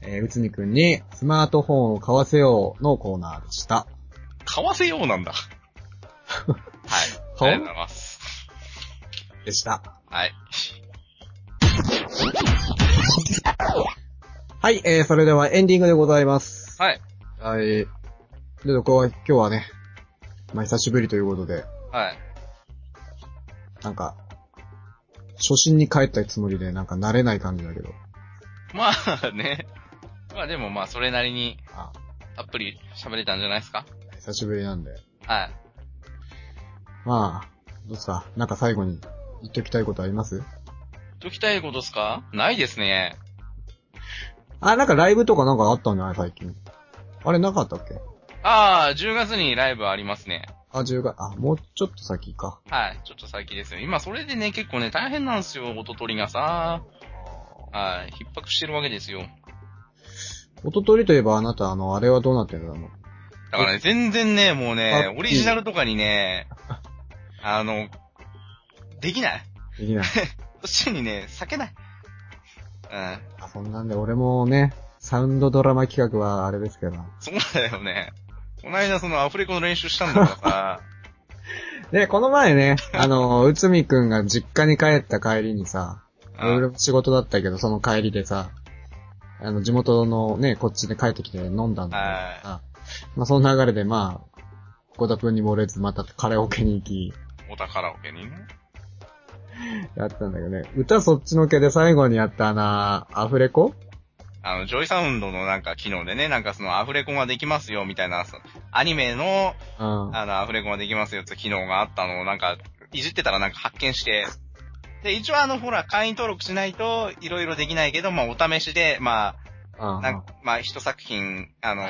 Speaker 1: えー、内海くんにスマートフォンを買わせようのコーナーでした。
Speaker 2: 買わせようなんだ。はい。あ
Speaker 1: 買おう
Speaker 2: りがとうございます。
Speaker 1: でした。
Speaker 2: はい。
Speaker 1: はい、えー、それではエンディングでございます。
Speaker 2: はい。
Speaker 1: はい。で、こは今日はね、まあ久しぶりということで、
Speaker 2: はい。
Speaker 1: なんか、初心に帰ったつもりで、なんか慣れない感じだけど。
Speaker 2: まあね。まあでもまあそれなりに
Speaker 1: あ、
Speaker 2: たっぷり喋れたんじゃないですか
Speaker 1: 久しぶりなんで。
Speaker 2: はい。
Speaker 1: まあ、どうですかなんか最後に言っときたいことあります
Speaker 2: 言っときたいことですかないですね。
Speaker 1: あ、なんかライブとかなんかあったんじゃない最近。あれなかったっけ
Speaker 2: ああ、10月にライブありますね。
Speaker 1: あ、10月、あ、もうちょっと先か。
Speaker 2: はい。ちょっと先ですよ。今それでね、結構ね、大変なんですよ。音取りがさ。はい。逼迫してるわけですよ。
Speaker 1: おととりといえばあなた、あの、あれはどうなってるの
Speaker 2: だからね、全然ね、もう
Speaker 1: あ
Speaker 2: ね
Speaker 1: う、ん
Speaker 2: オリジナルとかにね、あの、できない。
Speaker 1: できない。
Speaker 2: そっちにね、避けない。うん。
Speaker 1: あ、そんなんで、俺もね、サウンドドラマ企画はあれですけど。
Speaker 2: そうだよね。この間そのアフレコの練習したんだから さ、
Speaker 1: で、この前ね、あの、内海くんが実家に帰った帰りにさ、
Speaker 2: うん
Speaker 1: 俺も仕事だったけど、その帰りでさ、あの、地元のね、こっちで帰ってきて飲んだんだけどさ、まあ、その流れで、まあ、小田くんに漏れず、またカラオケに行き、
Speaker 2: お宝オケにね。
Speaker 1: やったんだけどね。歌そっちのけで最後にやったな、アフレコ
Speaker 2: あの、ジョイサウンドのなんか機能でね、なんかそのアフレコができますよみたいな、そのアニメの、
Speaker 1: うん。
Speaker 2: あの、アフレコができますよって機能があったのをなんか、いじってたらなんか発見して、で、一応あの、ほら、会員登録しないといろいろできないけど、まあ、お試しで、まあ、
Speaker 1: あ
Speaker 2: なんまあ、一作品、あの、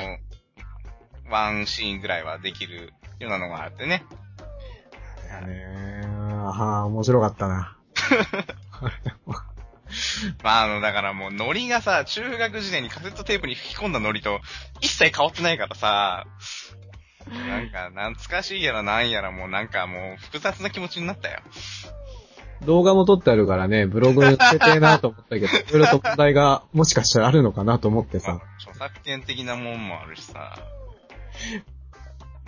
Speaker 2: ワンシーンぐらいはできるようなのがあってね。
Speaker 1: だよねはあ、面白かったな。
Speaker 2: まあ、あの、だからもう、ノリがさ、中学時代にカセットテープに吹き込んだノリと、一切変わってないからさ、なんか、懐かしいやらなんやらもう、なんかもう、複雑な気持ちになったよ。
Speaker 1: 動画も撮ってあるからね、ブログに載せてえなと思ったけど、いろいろと問題がもしかしたらあるのかなと思って
Speaker 2: まあ
Speaker 1: さ。、
Speaker 2: 著作権的なもんもあるしさ、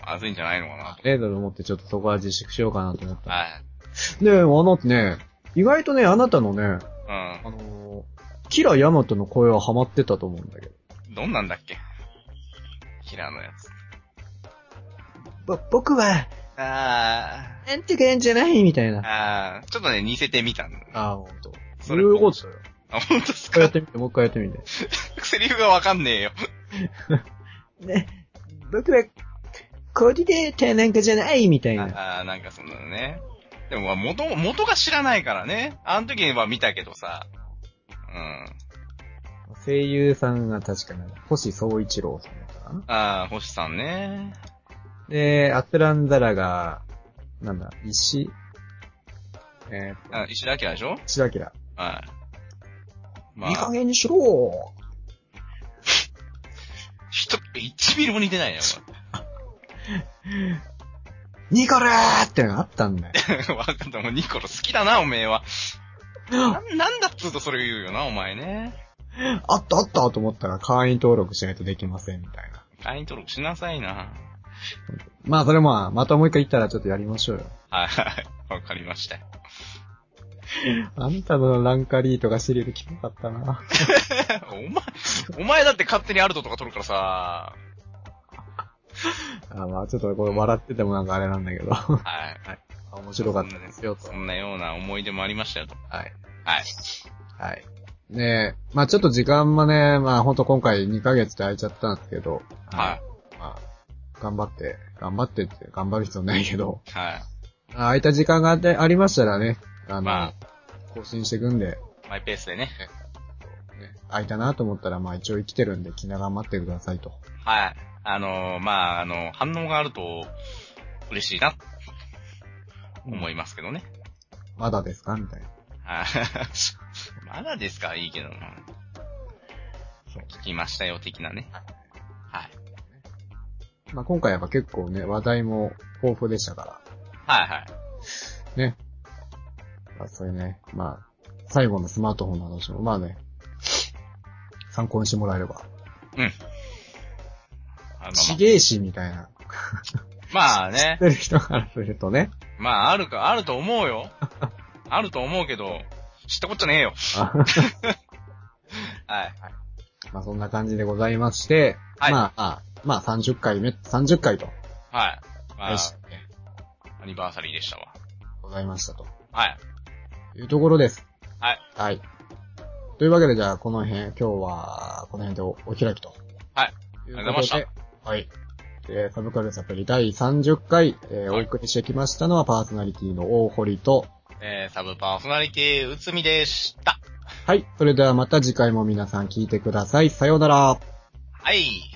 Speaker 2: まずいんじゃないのかなと。
Speaker 1: ええだと思ってちょっとそこは自粛しようかなと思った。
Speaker 2: はい。
Speaker 1: で、あのね、意外とね、あなたのね、
Speaker 2: う
Speaker 1: あのー、キラヤマトの声はハマってたと思うんだけど。
Speaker 2: ん。どんなんだっけキラーのやつ。
Speaker 1: ぼ、僕は、
Speaker 2: あ
Speaker 1: なんてかんじゃないみたい
Speaker 2: ー、
Speaker 1: な。
Speaker 2: あー、ちょっとね、似せてみたんだ。
Speaker 1: ああ、ほんと。
Speaker 2: そ
Speaker 1: そう
Speaker 2: れ
Speaker 1: いうことだよ。
Speaker 2: あ、ほんとっす
Speaker 1: こうや
Speaker 2: か
Speaker 1: ってみて、もう一回やってみて。
Speaker 2: セリフがわかんねえよ。
Speaker 1: ね、僕は、コーディネーターなんかじゃないみたいな。
Speaker 2: ああ、なんかそんなのね。でも、まあ元、元が知らないからね。あの時は見たけどさ。うん。
Speaker 1: 声優さんが確かな、星総一郎さんだったかな。
Speaker 2: ああ、星さんね。
Speaker 1: で、アトランザラが、なんだ、石、えー、
Speaker 2: あ石田明でしょ
Speaker 1: 石田明。
Speaker 2: はい。ま
Speaker 1: いい加
Speaker 2: あ、
Speaker 1: 減にしろ
Speaker 2: 人、1ミリも似てないよ。
Speaker 1: ニコルーってのがあったんだよ。
Speaker 2: わかった、もうニコロ好きだな、おめえは。なんなんだっつうとそれ言うよな、お前ね。
Speaker 1: あったあったと思ったら会員登録しないとできませんみたいな。
Speaker 2: 会員登録しなさいな。
Speaker 1: まあそれも、またもう一回行ったらちょっとやりましょうよ。
Speaker 2: はいはい。わかりました。
Speaker 1: あんたのランカリーとかシリーズきつかったな。
Speaker 2: お前、お前だって勝手にアルトとか取るからさ。
Speaker 1: あまあちょっとこれ笑っててもなんかあれなんだけど。あ
Speaker 2: はい。
Speaker 1: 面白かったですよと。
Speaker 2: そんなような思い出もありましたよと。
Speaker 1: はい。
Speaker 2: はい。
Speaker 1: はい。ねえ、まあちょっと時間もね、まあほんと今回2ヶ月で空いちゃったんですけど。
Speaker 2: はい。
Speaker 1: まあ、頑張って、頑張ってって、頑張る必要ないけど、
Speaker 2: はい。
Speaker 1: あ空いた時間があってありましたらね、あの、
Speaker 2: ま
Speaker 1: 更新していくんで、
Speaker 2: あ、マイペースでね。
Speaker 1: ね空いたなと思ったら、まあ一応生きてるんで気長待ってくださいと。
Speaker 2: はい。あのーまあ、あの反応があると、嬉しいな、思いますけどね。
Speaker 1: まだですかみたいな。
Speaker 2: はい。 まだですかいいけどな。
Speaker 1: そう
Speaker 2: 聞きましたよ、的なね。はい。
Speaker 1: まあ今回やっぱ結構ね、話題も豊富でしたか
Speaker 2: はいはい。
Speaker 1: ら、ね。まあそういうね、まあ、最後のスマートフォンの話も、まあね、参考にしてもらえれば。
Speaker 2: あの
Speaker 1: ちげえし、みたいな。
Speaker 2: まあね。
Speaker 1: 出る人からするとね。
Speaker 2: まあ、あるか、あると思 うよ。あると思うけど、知ったこっちゃねえよ。
Speaker 1: あ
Speaker 2: はい。
Speaker 1: まあそんな感じでございまして、
Speaker 2: はい
Speaker 1: まあ、まあ、まあ30回目、30回と、
Speaker 2: はい。まあ
Speaker 1: 大、して
Speaker 2: アニバーサリーでしたわ。
Speaker 1: ございましたと
Speaker 2: はい。
Speaker 1: いうところです。
Speaker 2: はい。
Speaker 1: はい。というわけでじゃあこの辺、今日はこの辺でおお開きと。
Speaker 2: はい。
Speaker 1: いうことで
Speaker 2: ありがとうござい
Speaker 1: はい。えーサブカルサプリ第30回、えー
Speaker 2: はい
Speaker 1: お送りしてきましたのはパーソナリティの大堀と、
Speaker 2: えー、サブパーソナリティ、うつみでした。
Speaker 1: はい。それではまた次回も皆さん聞いてください。さようなら。
Speaker 2: はい。